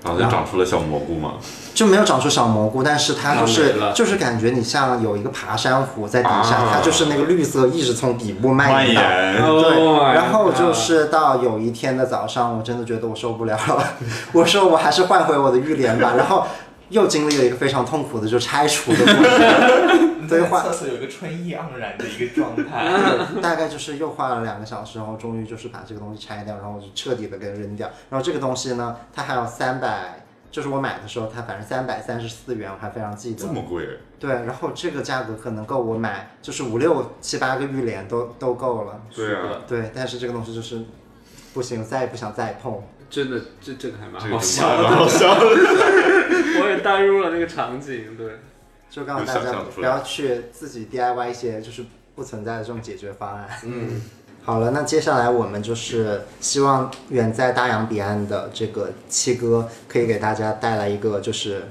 E: 然后就长出了小蘑菇嘛。
B: 就没有长出小蘑菇，但是它就
C: 它
B: 是
C: 没了
B: 就是感觉你像有一个爬山虎在底下，
E: 啊
B: 它就是那个绿色一直从底部
E: 蔓
B: 到
E: 延，，Oh
C: Oh
B: 对，然后就是到有一天的早上，我真的觉得我受不了了，我说我还是换回我的浴帘吧，然后又经历了一个非常痛苦的就拆除的过程，
D: 你
B: 对
D: 在
B: 话
D: 厕所有一个春意盎然的一个状态。
E: (laughs)
B: 大概就是又花了两个小时，然后终于就是把这个东西拆掉，然后我就彻底的给扔掉。然后这个东西呢，它还有三百，就是我买的时候它反正三百三十四元，我还非常记得
E: 这。么贵，
B: 对，然后这个价格可能够我买就是五六七八个浴帘都都够了。
E: 对啊，
B: 对，但是这个东西就是不行，我再也不想再碰。
C: 真的这这个还蛮
E: 这
C: 好
E: 个
C: 笑
E: 蛮
C: 的，
E: 好笑的。
C: (laughs) 我也带入了那个场景，对，
B: 就告诉大
E: 有
B: 家
E: 想象出
B: 不
E: 来
B: 要去自己 DIY 一些就是不存在的这种解决方案。
C: 嗯，
B: 好了，那接下来我们就是希望远在大洋彼岸的这个七哥可以给大家带来一个就是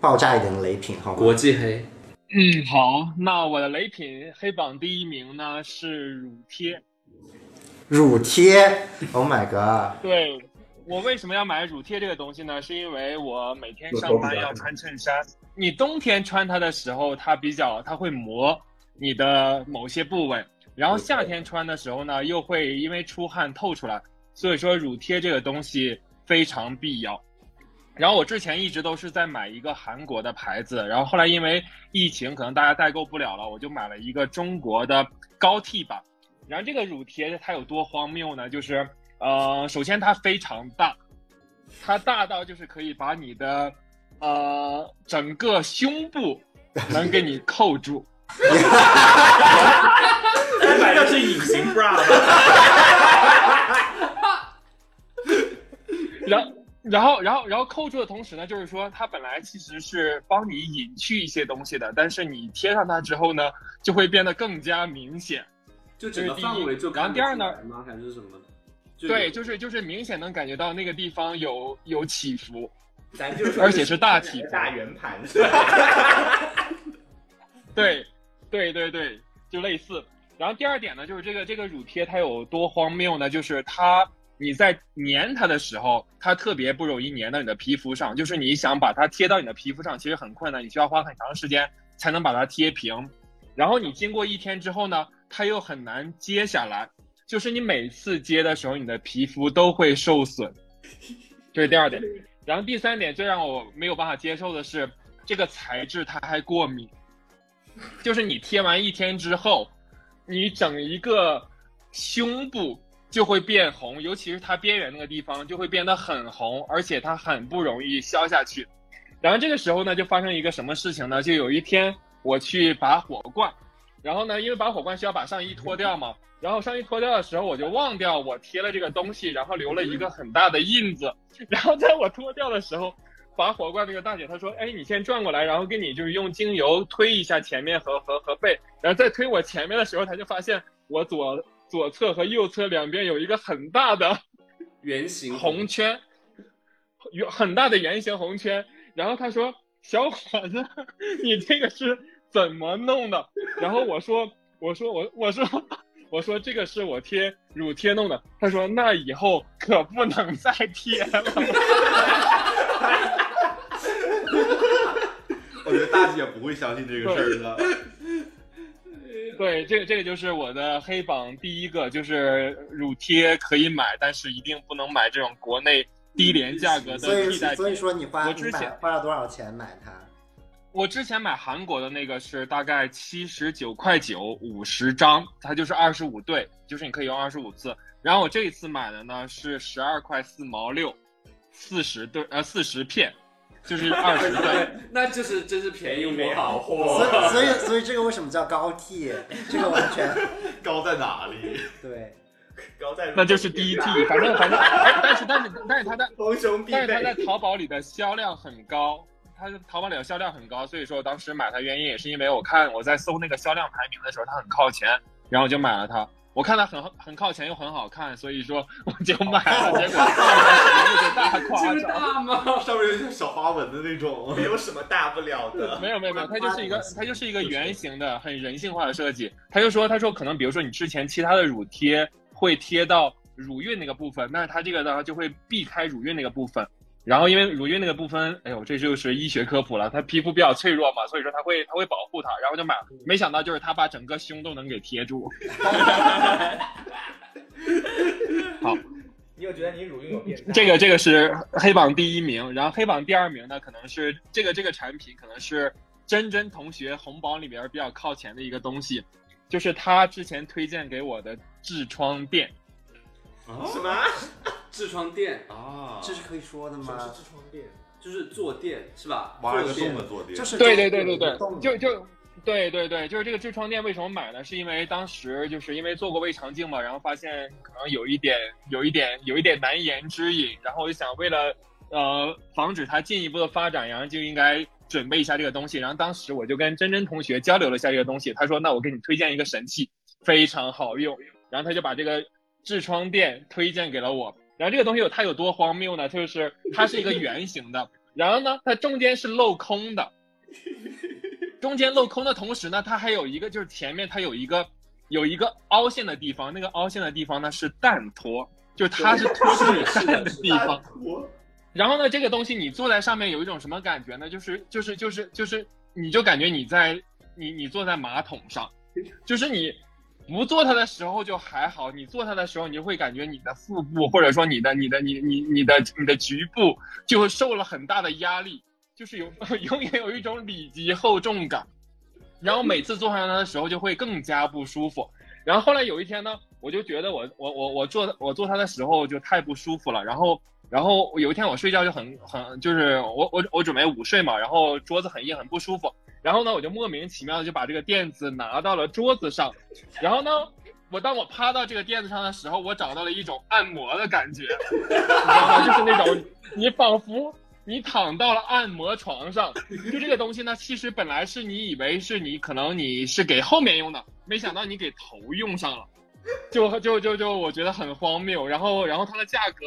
B: 爆炸一点的雷品，好吗？
C: 国际黑，
F: 嗯，好，那我的雷品黑榜第一名呢是乳贴。
B: 乳贴，Oh my god！
F: 对，我为什么要买乳贴这个东西呢？是因为我每天上班要穿衬衫，你冬天穿它的时候，它比较它会磨你的某些部位，然后夏天穿的时候呢，又会因为出汗透出来，所以说乳贴这个东西非常必要。然后我之前一直都是在买一个韩国的牌子，然后后来因为疫情可能大家代购不了了，我就买了一个中国的高替版。然后这个乳贴它有多荒谬呢？就是呃，首先它非常大，它大到就是可以把你的呃整个胸部能给你扣住。 (laughs)
G: 三百六是隐形 bra 吧？
F: 然然后然后然后扣住的同时呢，就是说它本来其实是帮你隐去一些东西的，但是你贴上它之后呢，就会变得更加明显。
C: 就整个范围就
F: 然后第二呢
C: 看得出来吗？还是什么？就有
F: 对，就是就是明显能感觉到那个地方有有起伏。
D: 咱就
F: 而且是大体
D: 大圆盘。
E: (laughs)
F: 对，对对对，就类似。然后第二点呢，就是这个这个乳贴它有多荒谬呢？就是它你在粘它的时候，它特别不容易粘到你的皮肤上，就是你想把它贴到你的皮肤上，其实很困难，你需要花很长时间才能把它贴平。然后你经过一天之后呢，它又很难揭下来，就是你每次揭的时候，你的皮肤都会受损。这是第二点。然后第三点最让我没有办法接受的是，这个材质它还过敏。就是你贴完一天之后，你整一个胸部就会变红，尤其是它边缘那个地方就会变得很红，而且它很不容易消下去。然后这个时候呢，就发生一个什么事情呢？就有一天我去拔火罐，然后呢，因为拔火罐需要把上衣脱掉嘛，然后上衣脱掉的时候，我就忘掉我贴了这个东西，然后留了一个很大的印子。 (laughs) 然后在我脱掉的时候，拔火罐那个大姐她说：“哎，你先转过来，然后给你就是用精油推一下前面和和和背。”然后在推我前面的时候，她就发现我左左侧和右侧两边有一个很大的
C: 圆形
F: 红圈，有很大的圆形红圈。然后他说：“小伙子， (laughs) 你这个是怎么弄的？”然后我说：“我说我我说我说这个是我贴乳贴弄的。”他说：“那以后可不能再贴了。
E: (laughs) 我觉得大姐不会相信这个事儿的。
F: 对，这个这个就是我的黑榜第一个，就是乳贴可以买，但是一定不能买这种国内低廉价格
B: 嗯所
F: 的
B: 以
F: 替代品。
B: 所以说你花
F: 我
B: 你
F: 之
B: 买
F: 前
B: 花了多少钱买它？
F: 我之前买韩国的那个是大概七十九块九五十张，它就是二十五对，就是你可以用二十五次。然后我这一次买的呢是十二块四毛六，四十对呃四十片，就是二十
B: (laughs)
F: 对。
C: 对，那就是真是便宜我好
B: 所
D: (laughs)
B: 以
C: 货。
B: 所以所以这个为什么叫高替？这个完全
E: 高在哪里？
B: 对。
E: 高在
F: 那就是第一季，反正反正，哎，但是但是但是它的，
E: 逢熊
F: 但是它在淘宝里的销量很高，它的淘宝里的销量很高，所以说我当时买它原因也是因为我看我在搜那个销量排名的时候，它很靠前，然后我就买了它。我看它很很靠前又很好看，所以说我就买了，结果就大
C: 这
F: 夸
C: 个
F: 张。
C: 大吗？
E: (laughs) 上面有点小花纹的那种
D: 没。有什么大不了
E: (laughs)
D: 的。
F: 没有没有没有，它就是一个它就是一个圆形的很人性化的设计。他就说他说可能比如说你之前其他的乳贴会贴到乳晕那个部分，但是它这个的话就会避开乳晕那个部分。然后因为乳晕那个部分，哎呦，这就是医学科普了，它皮肤比较脆弱嘛，所以说它会它会保护它，然后就买了。没想到就是它把整个胸都能给贴住。好，
D: 你有觉得你乳晕有变大？
F: 这个这个是黑榜第一名，然后黑榜第二名呢，可能是这个这个产品可能是真真同学红榜里边比较靠前的一个东西，就是他之前推荐给我的痔疮垫。
D: 什么？
C: 哦痔疮垫啊，
B: 这是可以说的
E: 嗯
D: 什么是
B: 吗？
D: 痔疮垫？
C: 就是坐垫是吧？
E: 挖了个
C: 坐垫
E: 洞的坐垫，
B: 就是
F: 对对对对
B: 有一个洞
F: 对，
B: 的
F: 就就对对对，就是这个痔疮垫为什么买呢？是因为当时就是因为做过胃肠镜嘛，然后发现可能有一点有一点有一点难言之隐，然后我就想为了呃防止它进一步的发展，然后就应该准备一下这个东西。然后当时我就跟珍珍同学交流了一下这个东西，他说那我给你推荐一个神器，非常好用。然后他就把这个痔疮垫推荐给了我。然后这个东西有它有多荒谬呢？它就是它是一个圆形的，然后呢，它中间是镂空的，中间镂空的同时呢，它还有一个就是前面它有一个有一个凹陷的地方，那个凹陷的地方呢是蛋托，就是它是托住你蛋的地方。然后呢，这个东西你坐在上面有一种什么感觉呢？就是就是就是就是，你就感觉你在你你坐在马桶上，就是你不坐它的时候就还好，你坐它的时候，你就会感觉你的腹部或者说你的你的你你你的你的局部就会受了很大的压力，就是有 (laughs) 永远有一种里脊厚重感，然后每次坐上它的时候就会更加不舒服。然后后来有一天呢，我就觉得我我我我坐我坐它的时候就太不舒服了，然后然后有一天我睡觉就很很就是我我我准备午睡嘛，然后桌子很硬很不舒服，然后呢我就莫名其妙的就把这个垫子拿到了桌子上，然后呢。我当我趴到这个垫子上的时候，我找到了一种按摩的感觉，你知道吗？ (laughs) 就是那种你仿佛你躺到了按摩床上，就这个东西呢，其实本来是你以为是你可能你是给后面用的，没想到你给头用上了，就就就就我觉得很荒谬。然后然后它的价格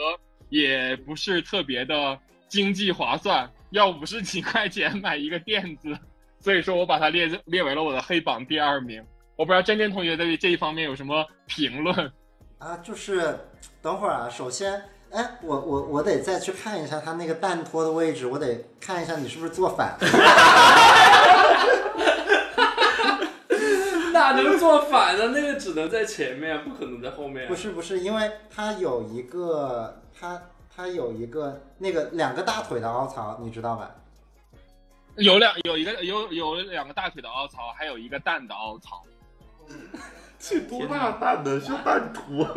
F: 也不是特别的经济划算，要五十几块钱买一个垫子，所以说我把它列列为了我的黑榜第二名。我不知道真真同学对这一方面有什么评论？ (laughs)
B: 啊，就是等会儿啊，首先，哎，我我我得再去看一下它那个蛋托的位置，我得看一下你是不是做反了。
C: 哪能做反呢？那个只能在前面，不可能在后面
B: 不。是不是，因为它有一个它它有一个那个两个大腿的凹槽，你知道吧？
F: 有两有一个有有两个大腿的凹槽，还有一个蛋的凹槽。
E: 啊这多大蛋呢？像蛋坨。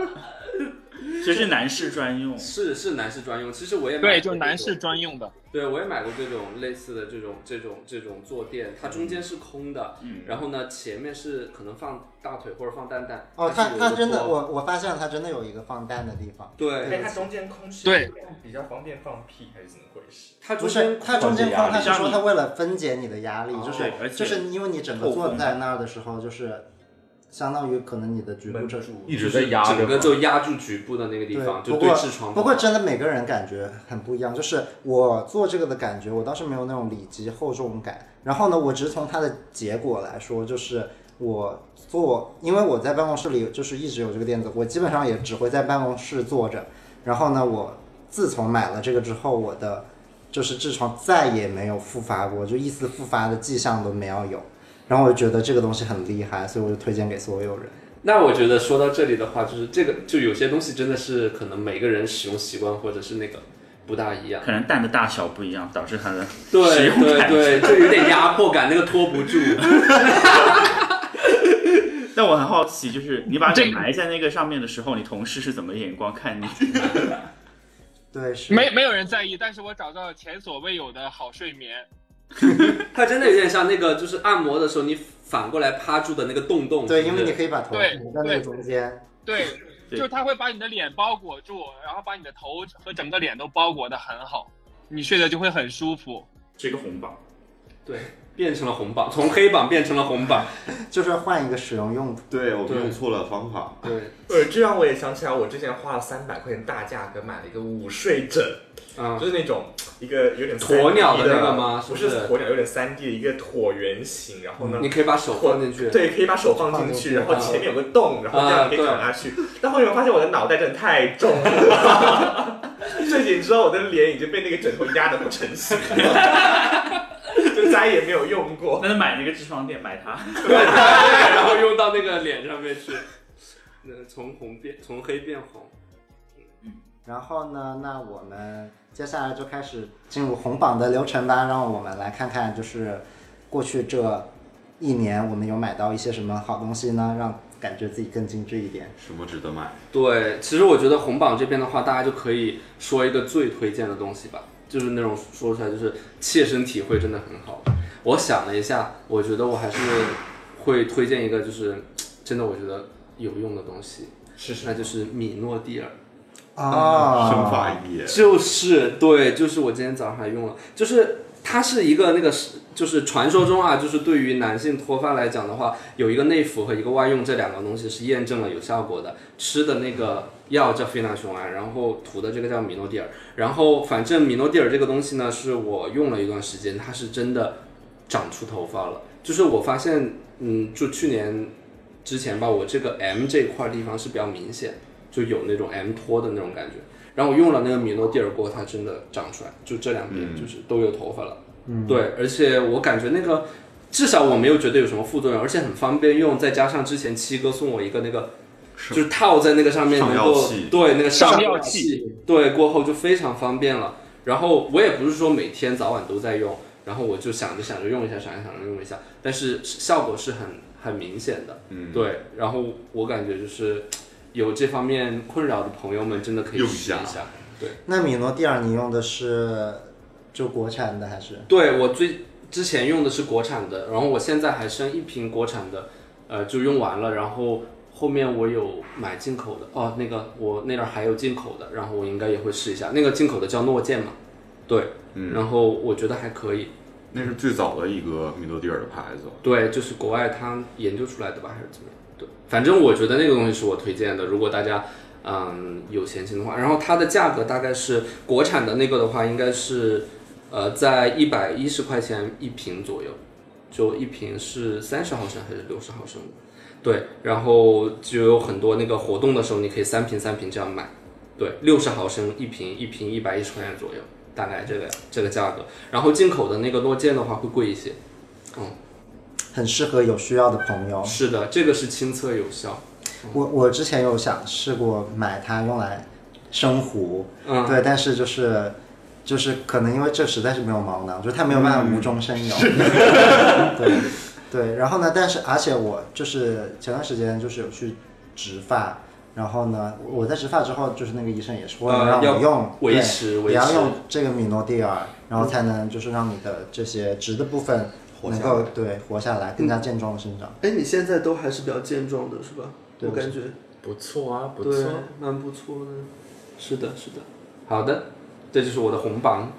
G: 这是男士专用，
C: 是是男士专用，其实我也买
F: 对，
C: 过
F: 就
C: 这
F: 男士
C: 种
F: 专用的。
C: 对，我也买过这种类似的这种这种这种坐垫，它中间是空的，
B: 嗯
C: 然后呢前面是可能放大腿或者放蛋蛋。
B: 哦，它
C: 是有一个
B: 它真的，
C: 托
B: 我我发现它真的有一个放蛋的地方，
D: 但
C: 对
D: 哎它中间空是
F: 对
D: 比较方便放屁还是怎么回事？
C: 它
B: 不
C: 中
B: 是
C: 间
B: 它中间空，它是
G: 像
B: 说
G: 你
B: 它为了分解你的压力，
C: 哦
B: 就是
G: 对而且
B: 就是因为你整个
G: 透
B: 坐
G: 风
B: 在那儿的时候，就是相当于可能你的局部
D: 闷
B: 这
D: 住
E: 一直在压着
C: 整个
E: 嘛。
C: 就压住局部的那个地方，就
B: 不
C: 对
B: 过
C: 痔疮。
B: 不过真的每个人感觉很不一样，就是我做这个的感觉，我倒是没有那种里脊厚重感。然后呢，我只是从它的结果来说，就是我做，因为我在办公室里就是一直有这个垫子，我基本上也只会在办公室坐着。然后呢，我自从买了这个之后，我的就是痔疮再也没有复发过，就一丝复发的迹象都没有有。然后我就觉得这个东西很厉害，所以我就推荐给所有人。
C: 那我觉得说到这里的话，就是这个就有些东西真的是可能每个人使用习惯或者是那个不大一样。
G: 可能蛋的大小不一样，导致它的
C: 对
G: 使用感
C: 对对， (laughs) 就有点压迫感，那个拖不住。 (laughs)
G: 但我很好奇，就是你把
F: 这
G: 你埋在那个上面的时候，你同事是怎么眼光看你？
B: 对，是
F: 没没有人在意，但是我找到了前所未有的好睡眠。
C: 它真的有点像那个，就是按摩的时候你反过来趴住的那个洞洞。
B: 对，
C: 是
B: 因
C: 不
B: 为
C: 是
B: 你可以把头
F: 对
B: 停在那个
F: 对
B: 中间。
F: (laughs) 对，
G: 对
F: 就是它会把你的脸包裹住，然后把你的头和整个脸都包裹的很好，你睡得就会很舒服。
G: 是一个红榜，
C: 对，变成了红榜，从黑榜变成了红榜。
B: 就是换一个使用用途。
E: 对，我们
C: 对
E: 用错了方法。
C: 对，
D: 呃，这让我也想起来，我之前花了三百块钱大价格买了一个午睡枕，
C: 嗯
D: 就，是那种一个有点
C: 鸵鸟
D: 3D
C: 的
D: 的
C: 那个吗
D: 不
C: 是不
D: 是
C: 是
D: 鸵鸟，有点三 D 的一个椭圆形，然后呢
C: 你，可以啊把手放进去。
D: 对，可以把手放进去，然后前面有个洞，然后这样可以躺下去。但后面我发现我的脑袋真的太重了， (laughs) 睡醒之后我的脸已经被那个枕头压得不成形了， (laughs) 就再也没有用过。
G: (laughs) 那就买那个痔疮垫，买它。
C: 对， (laughs) 然后用到那个脸上面去，那 (laughs) 从红变从黑变红。
B: 然后呢，那我们接下来就开始进入红榜的流程吧。让我们来看看，就是过去这一年我们有买到一些什么好东西呢？让感觉自己更精致一点。
E: 什么值得买？
C: 对，其实我觉得红榜这边的话，大家就可以说一个最推荐的东西吧，就是那种说出来就是切身体会，真的很好。我想了一下，我觉得我还是会推荐一个，就是真的我觉得有用的东西，
D: 是是
C: 那就是米诺地尔。
B: 哦，
E: 生发液，
C: 就是对，就是我今天早上还用了，就是它是一个那个是就是传说中啊，就是对于男性脱发来讲的话，有一个内服和一个外用这两个东西是验证了有效果的。吃的那个药叫非那雄胺，啊然后涂的这个叫米诺地尔，然后反正米诺地尔这个东西呢，是我用了一段时间，它是真的长出头发了。就是我发现，嗯，就去年之前吧，我这个 M 这块地方是比较明显，就有那种 M 脱的那种感觉。然后我用了那个米诺地尔锅，它真的长出来，就这两边
E: 嗯
C: 就是都有头发了。嗯，对，而且我感觉那个至少我没有觉得有什么副作用，而且很方便用，再加上之前七哥送我一个那个。就是套在那个上面
E: 上
C: 能
E: 药
C: 够
E: 器
C: 对那个
F: 上
C: 药
F: 药器，
C: 对过后就非常方便了。然后我也不是说每天早晚都在用，然后我就想着想着用一下，想着想着用一下，但是效果是很很明显的。
E: 嗯，
C: 对，然后我感觉就是有这方面困扰的朋友们，真的可以
E: 用一
C: 试
E: 下
C: 一下。
B: 那米诺地尔你用的是就国产的还是？
C: 对我最之前用的是国产的，然后我现在还剩一瓶国产的，呃，就用完了。然后后面我有买进口的，哦，那个我那边还有进口的，然后我应该也会试一下。那个进口的叫诺健嘛，对，
E: 嗯，
C: 然后我觉得还可以。
E: 那是最早的一个米诺地尔的牌子。
C: 对，就是国外他研究出来的吧，还是怎么样？对，反正我觉得那个东西是我推荐的。如果大家嗯有闲情的话，然后它的价格大概是国产的那个的话，应该是呃在一百一十块钱一瓶左右，就一瓶是三十毫升还是六十毫升的？对，然后就有很多那个活动的时候，你可以三瓶三瓶这样买，对，六十毫升一瓶，一瓶一百一十块钱左右，大概这个这个价格。然后进口的那个诺健的话会贵一些，
B: 很适合有需要的朋友。
C: 是的，这个是亲测有效。
B: 我我之前有想试过买它用来生糊，
C: 嗯
B: 对，但是就是就是可能因为这实在是没有毛囊，就是它没有办法无中生有，(laughs)
C: 嗯
B: 对对。然后呢，但是而且我就是前段时间就是有去植发，然后呢，我在植发之后，就是那个医生也说
C: 呃
B: 让
C: 要
B: 我用
C: 维
B: 对
C: 持维
B: 也要
C: 持
B: 用这个米诺地尔，然后才能就是让你的这些直的部分
H: 活
B: 能
H: 下
B: 够对活下来，
C: 嗯
B: 更加健壮的生长。
H: 哎，你现在都还是比较健壮的，是吧？
B: 对
H: 我感觉
G: 不错啊，不
H: 对
G: 错。，
H: 蛮不错的。是的，是的。
C: 好的，这就是我的红榜。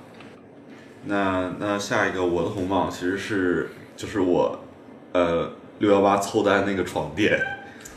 E: 那那下一个我的红榜其实是就是我，呃，六幺八凑单那个床垫，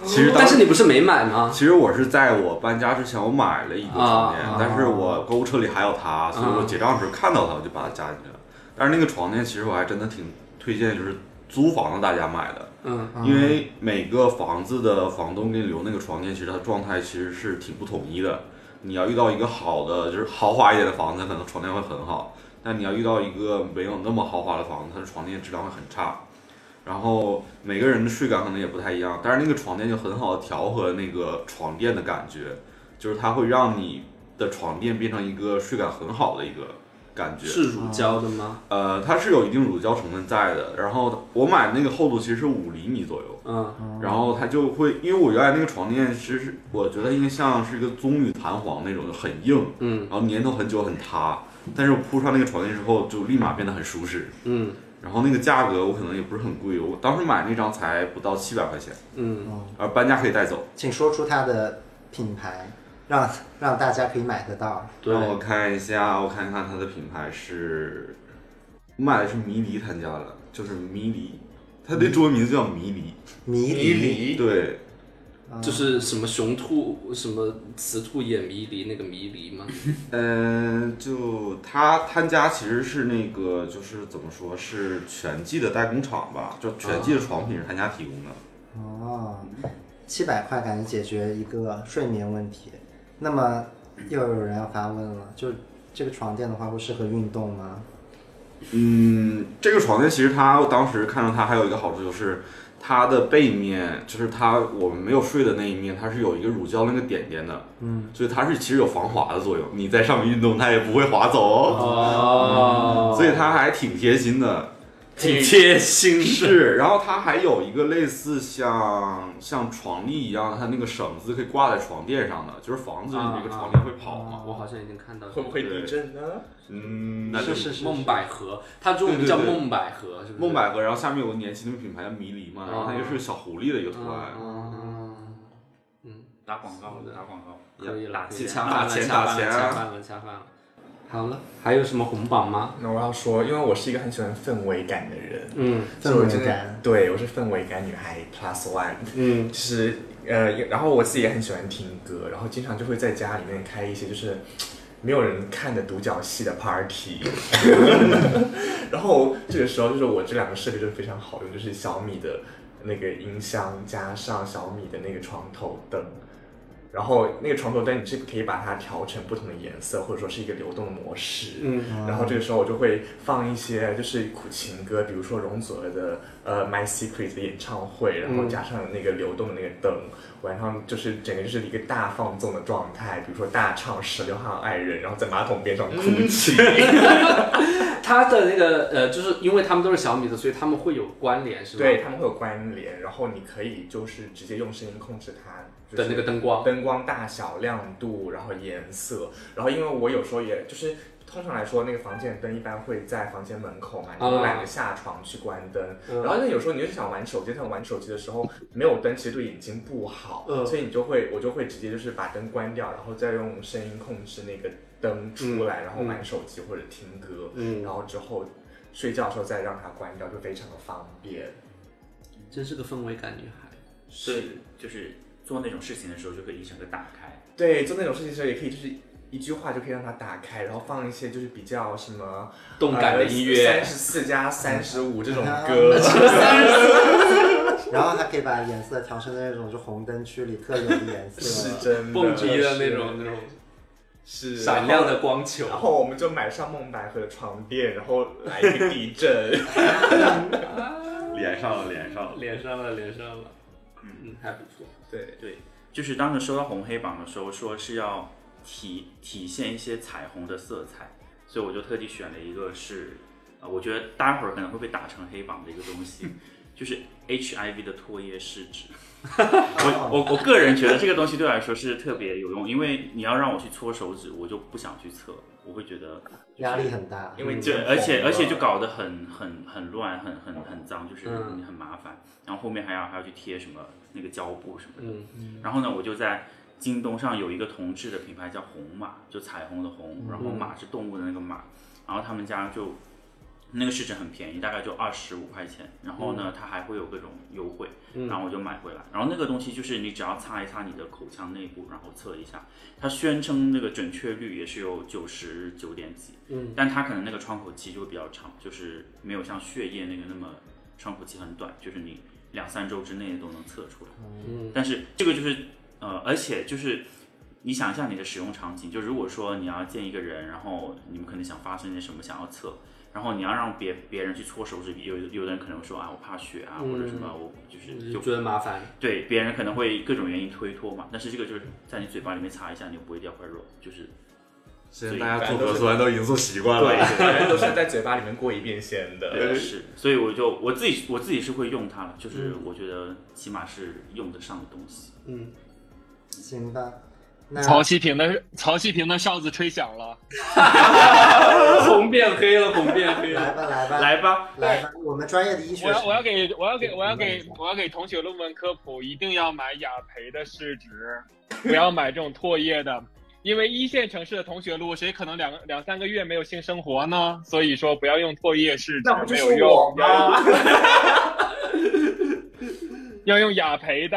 E: 其实当
C: 但是你不是没买吗？
E: 其实我是在我搬家之前我买了一个床垫，
C: 啊啊
E: 但是我购物车里还有它，所以我结账的时候看到它，我就把它加进去了。但是那个床垫其实我还真的挺推荐，就是租房的大家买的，
C: 嗯，
E: 因为每个房子的房东给你留那个床垫，其实它状态其实是挺不统一的。你要遇到一个好的，就是豪华一点的房子，可能床垫会很好；但你要遇到一个没有那么豪华的房子，它的床垫质量会很差。然后每个人的睡感可能也不太一样，但是那个床垫就很好的调和那个床垫的感觉，就是它会让你的床垫变成一个睡感很好的一个感觉。
C: 是乳胶的吗？
E: 呃，它是有一定乳胶成分在的。然后我买那个厚度其实是五厘米左右，
C: 嗯，
E: 然后它就会，因为我原来那个床垫，其实我觉得应该像是一个棕榈弹簧那种，就很硬，
C: 嗯，
E: 然后粘头很久很塌。但是我铺上那个床垫之后，就立马变得很舒适。
C: 嗯，
E: 然后那个价格我可能也不是很贵，我当时买那张才不到七百块钱，
C: 嗯，
E: 而搬家可以带走。
B: 请说出它的品牌，让让大家可以买得到。
C: 对
H: 哦
E: 让我看一下，我看看它的品牌是，我买的是迷离他家的，就是迷离，它的中文名字叫迷离。
B: 迷
D: 迷
B: 离，
D: 离，
E: 对，
C: 就是什么雄兔什么雌兔眼迷离那个迷离吗？
E: 嗯，就他他家其实是那个，就是怎么说是全季的代工厂吧，就全季的床品是他家提供的。
B: 哦，七百块感觉解决一个睡眠问题。那么又有人要发问了，就这个床垫的话会适合运动吗？
E: 嗯，这个床垫其实它当时看到它还有一个好处就是，它的背面就是它我们没有睡的那一面，它是有一个乳胶那个点点的，嗯，所以它是其实有防滑的作用，你在上面运动它也不会滑走哦，
C: 哦
E: 所以它还挺贴心的。
C: 挺贴心的。
E: 是，然后它还有一个类似像像床笠一样的，它那个绳子可以挂在床垫上的，就是防止你那个床垫会跑嘛。
C: 啊我好像已经看到了
D: 会不会地震呢？
E: 嗯，那
C: 是
E: 就是
C: 是梦百合，它中文名
E: 对对
C: 叫
E: 对
C: 梦百合，是不是？
E: 梦百合，然后下面有个年轻的品牌叫迷离嘛，然后它就是小狐狸的一个图案。
C: 嗯，嗯，
G: 打广告的，打广告。
C: 可以了，
G: 打钱
C: 掐饭
E: 打
C: 了，
E: 钱
C: 掐
E: 打
C: 饭了，
E: 钱
C: 掐
E: 啊
C: 饭了，掐饭了。好了，还有什么红榜吗？
D: 那我要说，因为我是一个很喜欢氛围感的人，
C: 嗯
D: 所以我
B: 氛围
D: 真的
B: 感
D: 对我是氛围感女孩 plus one。
C: 嗯
D: 就是呃，然后我自己也很喜欢听歌，然后经常就会在家里面开一些就是没有人看的独角戏的 party。然后这个时候就是我这两个设备就非常好用，就是小米的那个音箱加上小米的那个床头灯。然后那个床头灯，你是可以把它调成不同的颜色，或者说是一个流动的模式。
C: 嗯
D: 然后这个时候我就会放一些就是苦情歌，比如说容祖儿的呃《My Secret》的演唱会，然
C: 嗯
D: 后加上那个流动的那个灯，晚上就是整个就是一个大放纵的状态，比如说大唱《十六号爱人》，然后在马桶边上哭泣。
C: 嗯它的那个呃，就是因为他们都是小米的，所以他们会有关联，是吧？
D: (laughs) 对，，他们会有关联，然后你可以就是直接用声音控制它就是
C: 的那个灯光
D: 灯光大小、亮度，然后颜色，然后因为我有时候也就是。通常来说，那个房间的灯一般会在房间门口嘛，你
C: 啊
D: 懒得下床去关灯。
C: 嗯
D: 然后因为有时候你就是想玩手机，但玩手机的时候没有灯，其实对眼睛不好，
C: 嗯
D: 所以你就会我就会直接就是把灯关掉，然后再用声音控制那个灯出来，然后玩手机或者听歌。
C: 嗯
D: 然后之后睡觉的时候再让它关掉，就非常的方
C: 嗯
D: 便。
C: 真是个氛围感女孩。
G: 所以就是做那种事情的时候，就可以一整个打开。
D: 对，做那种事情的时候也可以，就是一句话就可以让它打开，然后放一些就是比较什么
C: 动感的音
D: 呃
C: 乐
D: 三十四加三十五这种歌。
B: 然后还可以把颜色调成那种就红灯区里特有的颜色。
D: (laughs) 是真的，
C: 蹦极的那种那种
D: 是
C: 闪亮的。光球
D: 然，后我们就买上梦百合的床垫，然后来一个地震。
E: 连上了，连上了。
C: 连上了，连上了，嗯，还不错。
D: 对，
G: 对，就是当时收到红黑榜的时候，说是要体体现一些彩虹的色彩，所以我就特地选了一个是，呃，我觉得待会儿可能会被打成黑榜的一个东西，就是 HIV 的唾液试纸。我我我个人觉得这个东西对我来说是特别有用，因为你要让我去搓手指，我就不想去测，我会觉得
B: 压力很大，
G: 因为这，而且而且就搞得很很很乱，很很很脏，就是
H: 嗯
G: 很麻烦。然后后面还要还要去贴什么那个胶布什么的。然后呢，我就在京东上有一个同志的品牌叫红马，就彩虹的红，然后马是动物的那个马。然后他们家就那个试纸很便宜，大概就二十五块钱。然后呢，它还会有各种优惠，然后我就买回来。然后那个东西就是你只要擦一擦你的口腔内部，然后测一下，它宣称那个准确率也是有九十九点几，嗯，但它可能那个窗口期就会比较长，就是没有像血液那个那么窗口期很短，就是你两三周之内都能测出来。嗯，但是这个就是呃，而且就是你想一下你的使用场景，就如果说你要见一个人，然后你们可能想发生一些什么，想要测，然后你要让别别人去搓手指，有有的人可能说啊我怕血啊、或者什么，我就是
I: 就
G: 嗯就
I: 觉得麻烦。
C: (laughs)
G: 对别人可能会各种原因推脱嘛，但是这个就是在你嘴巴里面擦一下，你就不会掉块肉，就是
E: 现在大家做核酸都已经做习惯了，
D: 反正都是在嘴巴里面过一遍先的。
G: 是，所以我就我自己我自己是会用它的，就是我觉得起码是用得上的东西。
B: 嗯行吧。那
F: 曹希平的曹希平的哨子吹响了，
I: 红变黑了，红变黑
B: 来
I: 了。
B: 吧，来吧，
G: 来吧，
B: 来吧，我们专业的医
F: 我
B: 学
F: 要
B: 生
F: 我要给我要给我要
B: 明
F: 给
B: 白
F: 我要给同学论文科普，一定要买雅培的试纸，不要买这种唾液的，因为一线城市的同学录，谁可能两两三个月没有性生活呢？所以说不要用唾液试纸
D: 那不，就
F: 没
D: 是
F: 有用
D: 我，吗？
F: 要用雅培的。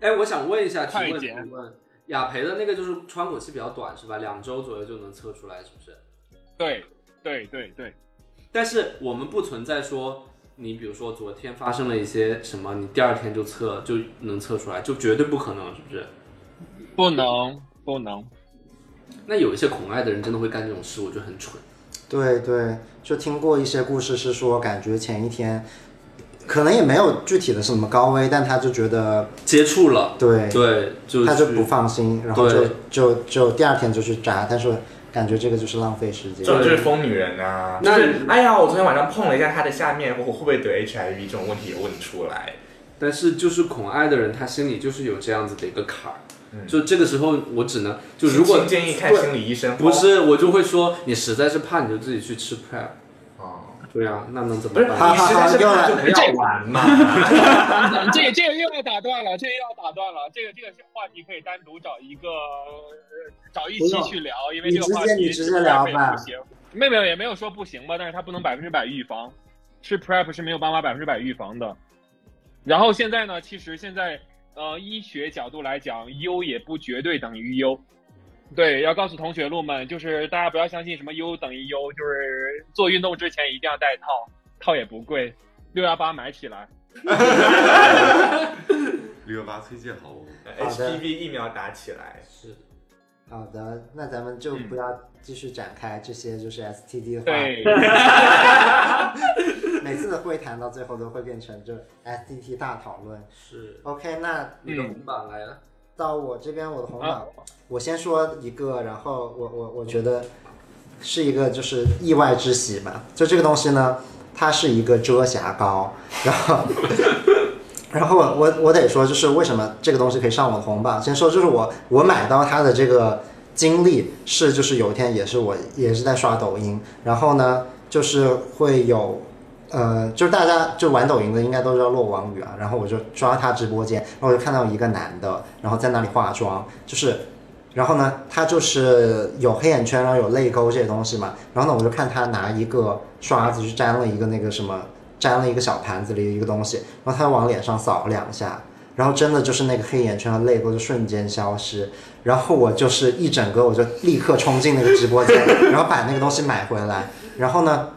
I: 哎，我想问一下，提
F: 快
I: 问提
F: 剪
I: 问，雅培的那个就是窗口期比较短是吧？两周左右就能测出来，是不是？
F: 对对对对，
I: 但是我们不存在说你比如说昨天发生了一些什么，你第二天就测就能测出来，就绝对不可能，是不是？
F: 不能不能，
I: 那有一些恐爱的人真的会干这种事，我觉得很蠢。
B: 对对，就听过一些故事，是说感觉前一天，可能也没有具体的什么高危，但他就觉得
I: 接触了，
B: 对，
I: 对，就
B: 他
I: 就
B: 就不放心，然后就
I: 对
B: 就就第二天就去扎，但是感觉这个就是浪费时间。
D: 这种就是疯女人啊！
I: 那
D: 就是哎呀，我昨天晚上碰了一下她的下面，我会不会得 HIV 这种问题也问出来。
I: 但是就是恐爱的人，他心里就是有这样子的一个坎儿。
D: 嗯
I: 就这个时候，我只能就如果
D: 请建议看心理医生，
I: 不是，我就会说你实在是怕，你就自己去吃 prep。
D: 哦，
I: 对啊，那能怎
D: 不
I: 么
D: 是，
I: 办？
B: 哈
D: 你实在是
B: 哈哈
D: 怕就不要玩嘛。
F: (laughs) 这这个又要打断了，这个又要打断了，这个这个话题可以单独找一个呃找一期去聊，因为这个话题
B: 你直接你直接聊吧
F: 不行，妹妹也没有说不行吧，但是她不能百分之百预防，吃 prep 是没有办法百分之百预防的。然后现在呢，其实现在呃医学角度来讲，优也不绝对等于优。对，要告诉同学路们，就是大家不要相信什么优等于优，就是做运动之前一定要带套，套也不贵，六幺八买起来。
E: 六幺八推荐好我。
B: 好的
D: HPV 疫苗打起来，
I: 是
B: 好的，那咱们就不要继续展开这些就是 STD 的话，
F: 对，
B: 每次的会谈到最后都会变成就 STT 大讨论。
I: 是，
B: OK，那
I: 你的红榜来了，
B: 到我这边我的红
D: 啊
B: 榜，我先说一个，然后我我我觉得是一个就是意外之喜吧。就这个东西呢，它是一个遮瑕膏，然后 (laughs) 然后我我我得说，就是为什么这个东西可以上我的红榜？先说就是我我买到它的这个经历是，就是有一天也是我也是在刷抖音，然后呢就是会有。呃，就是大家就玩抖音的应该都知道落网语啊，然后我就刷他直播间，然后我就看到一个男的，然后在那里化妆，就是，然后呢，他就是有黑眼圈，然后有泪沟这些东西嘛，然后呢，我就看他拿一个刷子去沾了一个那个什么，沾了一个小盘子里的一个东西，然后他往脸上扫了两下，然后真的就是那个黑眼圈和泪沟就瞬间消失，然后我就是一整个我就立刻冲进那个直播间，然后把那个东西买回来，然后呢，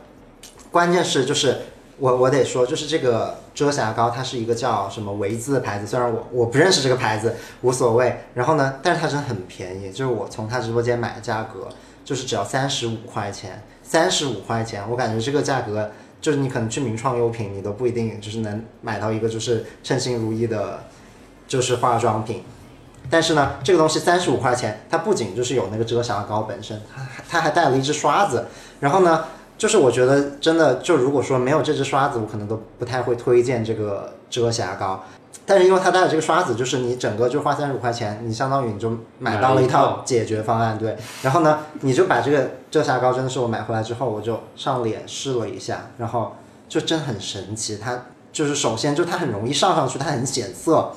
B: 关键是就是我我得说，就是这个遮瑕膏，它是一个叫什么维姿的牌子，虽然我我不认识这个牌子，无所谓。然后呢，但是它真的很便宜，就是我从他直播间买的价格，就是只要三十五块钱，三十五块钱，我感觉这个价格。就是你可能去名创优品，你都不一定就是能买到一个就是称心如意的，就是化妆品。但是呢，这个东西三十五块钱，它不仅就是有那个遮瑕膏本身，它它还带了一支刷子。然后呢，就是我觉得真的，就如果说没有这支刷子，我可能都不太会推荐这个遮瑕膏。但是因为它带了这个刷子，就是你整个就花三十五块钱，你相当于你就买到了一
I: 买了一
B: 套
I: 套
B: 解决方案，对。然后呢，你就把这个遮瑕膏，真的是我买回来之后，我就上脸试了一下，然后就真的很神奇。它就是首先就它很容易上上去，它很显色，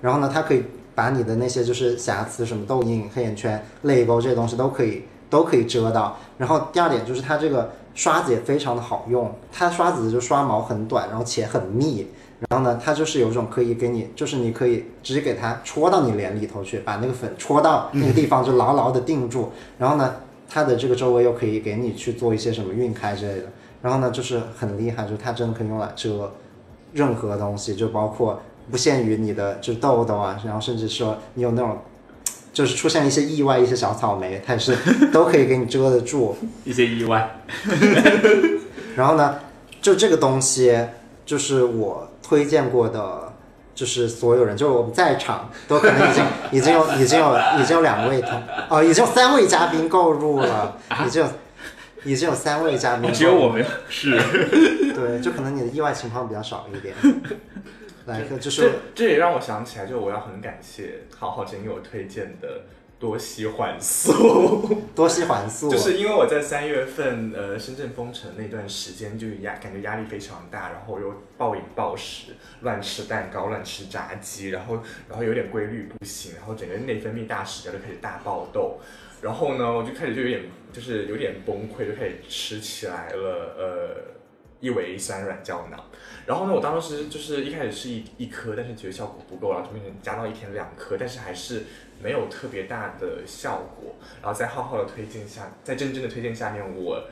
B: 然后呢，它可以把你的那些就是瑕疵，什么痘印、黑眼圈、泪沟这些东西都可以都可以遮到。然后第二点就是它这个刷子也非常的好用，它刷子就刷毛很短，然后且很密。然后呢，它就是有一种可以给你，就是你可以直接给它戳到你脸里头去，把那个粉戳到那个地方就牢牢的定住。然后呢，它的这个周围又可以给你去做一些什么晕开之类的。然后呢，就是很厉害，就是它真的可以用来遮任何东西，就包括不限于你的就是痘痘啊， (laughs) 然后甚至说你有那种就是出现一些意外、一些小草莓，它也是都可以给你遮得住。
I: 一些意外，
B: 然后呢，就这个东西，就是我推荐过的，就是所有人，就是我们在场都可能已经已经有已经有已经有两位同 (laughs) 哦，已经有三位嘉宾购入了，已经有 (laughs) 已经有三位嘉宾购入，
D: 只有我没有，
G: 是，
B: 对，就可能你的意外情况比较少一
D: (laughs)
B: 点。来，就是
D: 这这也让我想起来，就我要很感谢好好姐给我推荐的多西缓素。
B: 多西环素，啊
D: 就是因为我在三月份呃深圳封城那段时间，就压感觉压力非常大，然后我又暴饮暴食，乱吃蛋糕，乱吃炸鸡，然后然后有点规律不行，然后整个内分泌大失调，就开始大爆痘。然后呢，我就开始就有点就是有点崩溃，就开始吃起来了，呃，一维酸软胶囊。然后呢，我当时就是一开始是一一颗，但是觉得效果不够，然后就变成加到一天两颗，但是还是没有特别大的效果。然后在浩浩的推荐下，在真正的推荐下面，我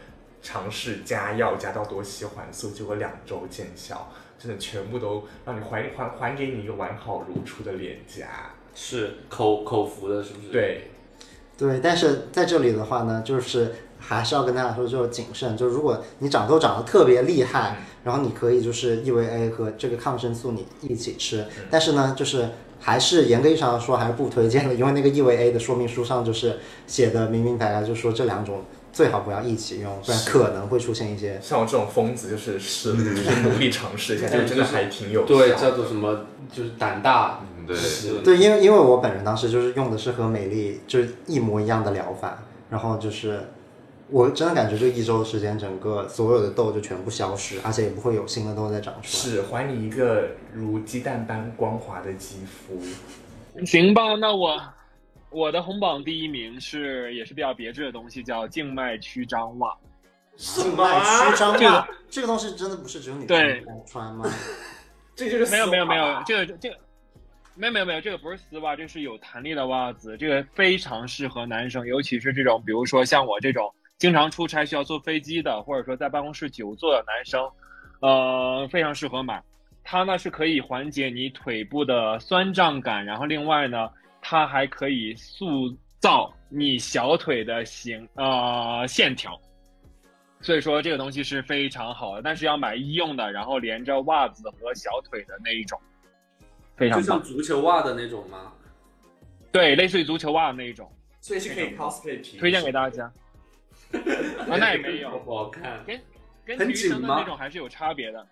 D: 尝试加药加到多西环素，结果两周见效，真的全部都让你还还还给你一个完好如初的脸颊。
I: 是口口服的，是不是？，
D: 对，
B: 对，但是在这里的话呢，就是还是要跟大家说，就是谨慎。就是如果你长痘长得特别厉害，然后你可以就是 EVA 和这个抗生素你一起吃，但是呢，就是还是严格意义上说还是不推荐的，因为那个 EVA 的说明书上就是写的明明白白，就说这两种最好不要一起用，不然可能会出现一些。
D: 像我这种疯子就是试，就是努力尝试一下，就真的还挺有效。
I: 对，叫做什么？就是胆大，
E: 嗯对
I: 是
B: 对，因为因为我本人当时就是用的是和美丽就是一模一样的疗法，然后就是我真的感觉就一周的时间，整个所有的痘就全部消失，而且也不会有新的痘再长出来。
D: 是还你一个如鸡蛋般光滑的肌肤。
F: 行吧，那我我的红榜第一名是也是比较别致的东西，叫静脉曲张袜。
B: 静脉
C: 啊
B: 曲张
F: 这
B: 袜
F: 个
B: 这个东西真的不是只有女生
F: 对
B: 该穿吗？
D: 这就是啊
F: 没有
D: 丝
F: 没有没有
D: 袜，
F: 这个这个没有没有没有，这个不是丝袜，这是有弹力的袜子，这个非常适合男生，尤其是这种比如说像我这种经常出差需要坐飞机的，或者说在办公室久坐的男生，呃，非常适合买。它呢是可以缓解你腿部的酸胀感，然后另外呢，它还可以塑造你小腿的形呃线条。所以说这个东西是非常好的，但是要买医用的，然后连着袜子和小腿的那一种，非
I: 就
F: 常棒
I: 像。足球袜的那种吗？
F: 对，类似于足球袜那一种，
D: 所以是可以 cosplay 皮。
F: 推荐
I: (laughs)
F: 给大家。啊，那也没有，
I: 不好看，
F: 跟
I: 很
F: 体育
I: 紧
F: 生的
I: 吗
F: 那种还是有差别的，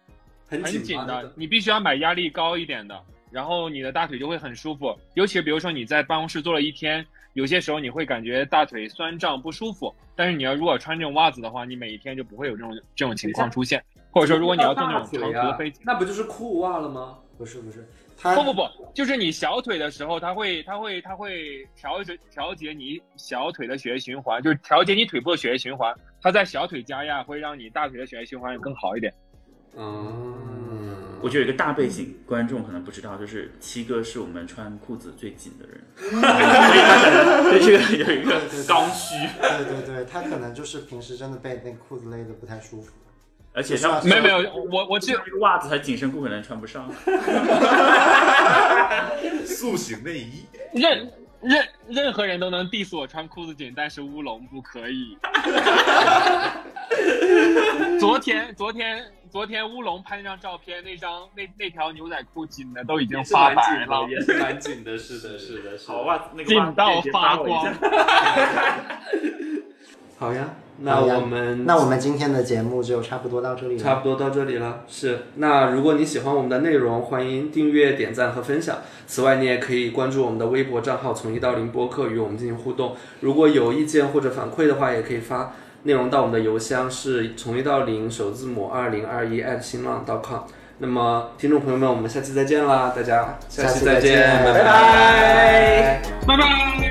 I: 很
F: 很紧
I: 吗那
F: 的
I: 个，
F: 你必须要买压力高一点的，然后你的大腿就会很舒服。尤其是比如说你在办公室坐了一天，有些时候你会感觉大腿酸胀不舒服，但是你要如果穿这种袜子的话，你每一天就不会有这种这种情况出现。或者说，如果你要做那种长途飞机，
I: (laughs) 啊那不就是裤袜了吗？
B: 不是不是，它
F: 不不不，就是你小腿的时候，它会它会它会调节调节你小腿的血液循环，就是调节你腿部的血液循环。它在小腿加压，会让你大腿的血液循环更好一点。
I: 嗯，
G: 我觉得有一个大背景，观众可能不知道，就是七哥是我们穿裤子最紧的人，对这个有一个刚需，
B: 对对对，它可能就是平时真的被那个裤子勒得不太舒服。
G: 而且他
B: 是
F: 没有没有，我我只有
G: 这个袜子和紧身裤可能穿不上。
E: 塑形内衣，
F: 任任任何人都能 diss 我穿裤子紧，但是乌龙不可 (laughs) 以。昨天昨天昨天乌龙拍那张照片，那张那那条牛仔裤紧的都已经
I: 也是
F: 发
I: 蛮
F: 白
I: 紧
F: 了
I: 的，，也是 (laughs) 蛮紧的，
B: 啊
I: 是的，是的，是的
G: 好袜子那个袜
F: 紧
G: 子
F: 到
G: 链接
F: 发
G: 我一下
F: 光。
C: 好呀，那
B: 好呀
C: 我们
B: 那我们今天的节目就差不多到这里
C: 差
B: 了。
C: 不多到这里了。是，那如果你喜欢我们的内容，欢迎订阅、点赞和分享。此外，你也可以关注我们的微博账号“从一到零播客”与我们进行互动。如果有意见或者反馈的话，也可以发内容到我们的邮箱是从一到零首字母二零二一 at 新浪 .com。那么，听众朋友们，我们下期再见啦！大家
B: 下
C: 期
B: 期
C: 再
B: 再
C: 见，
B: 见
C: 拜拜
F: 拜拜。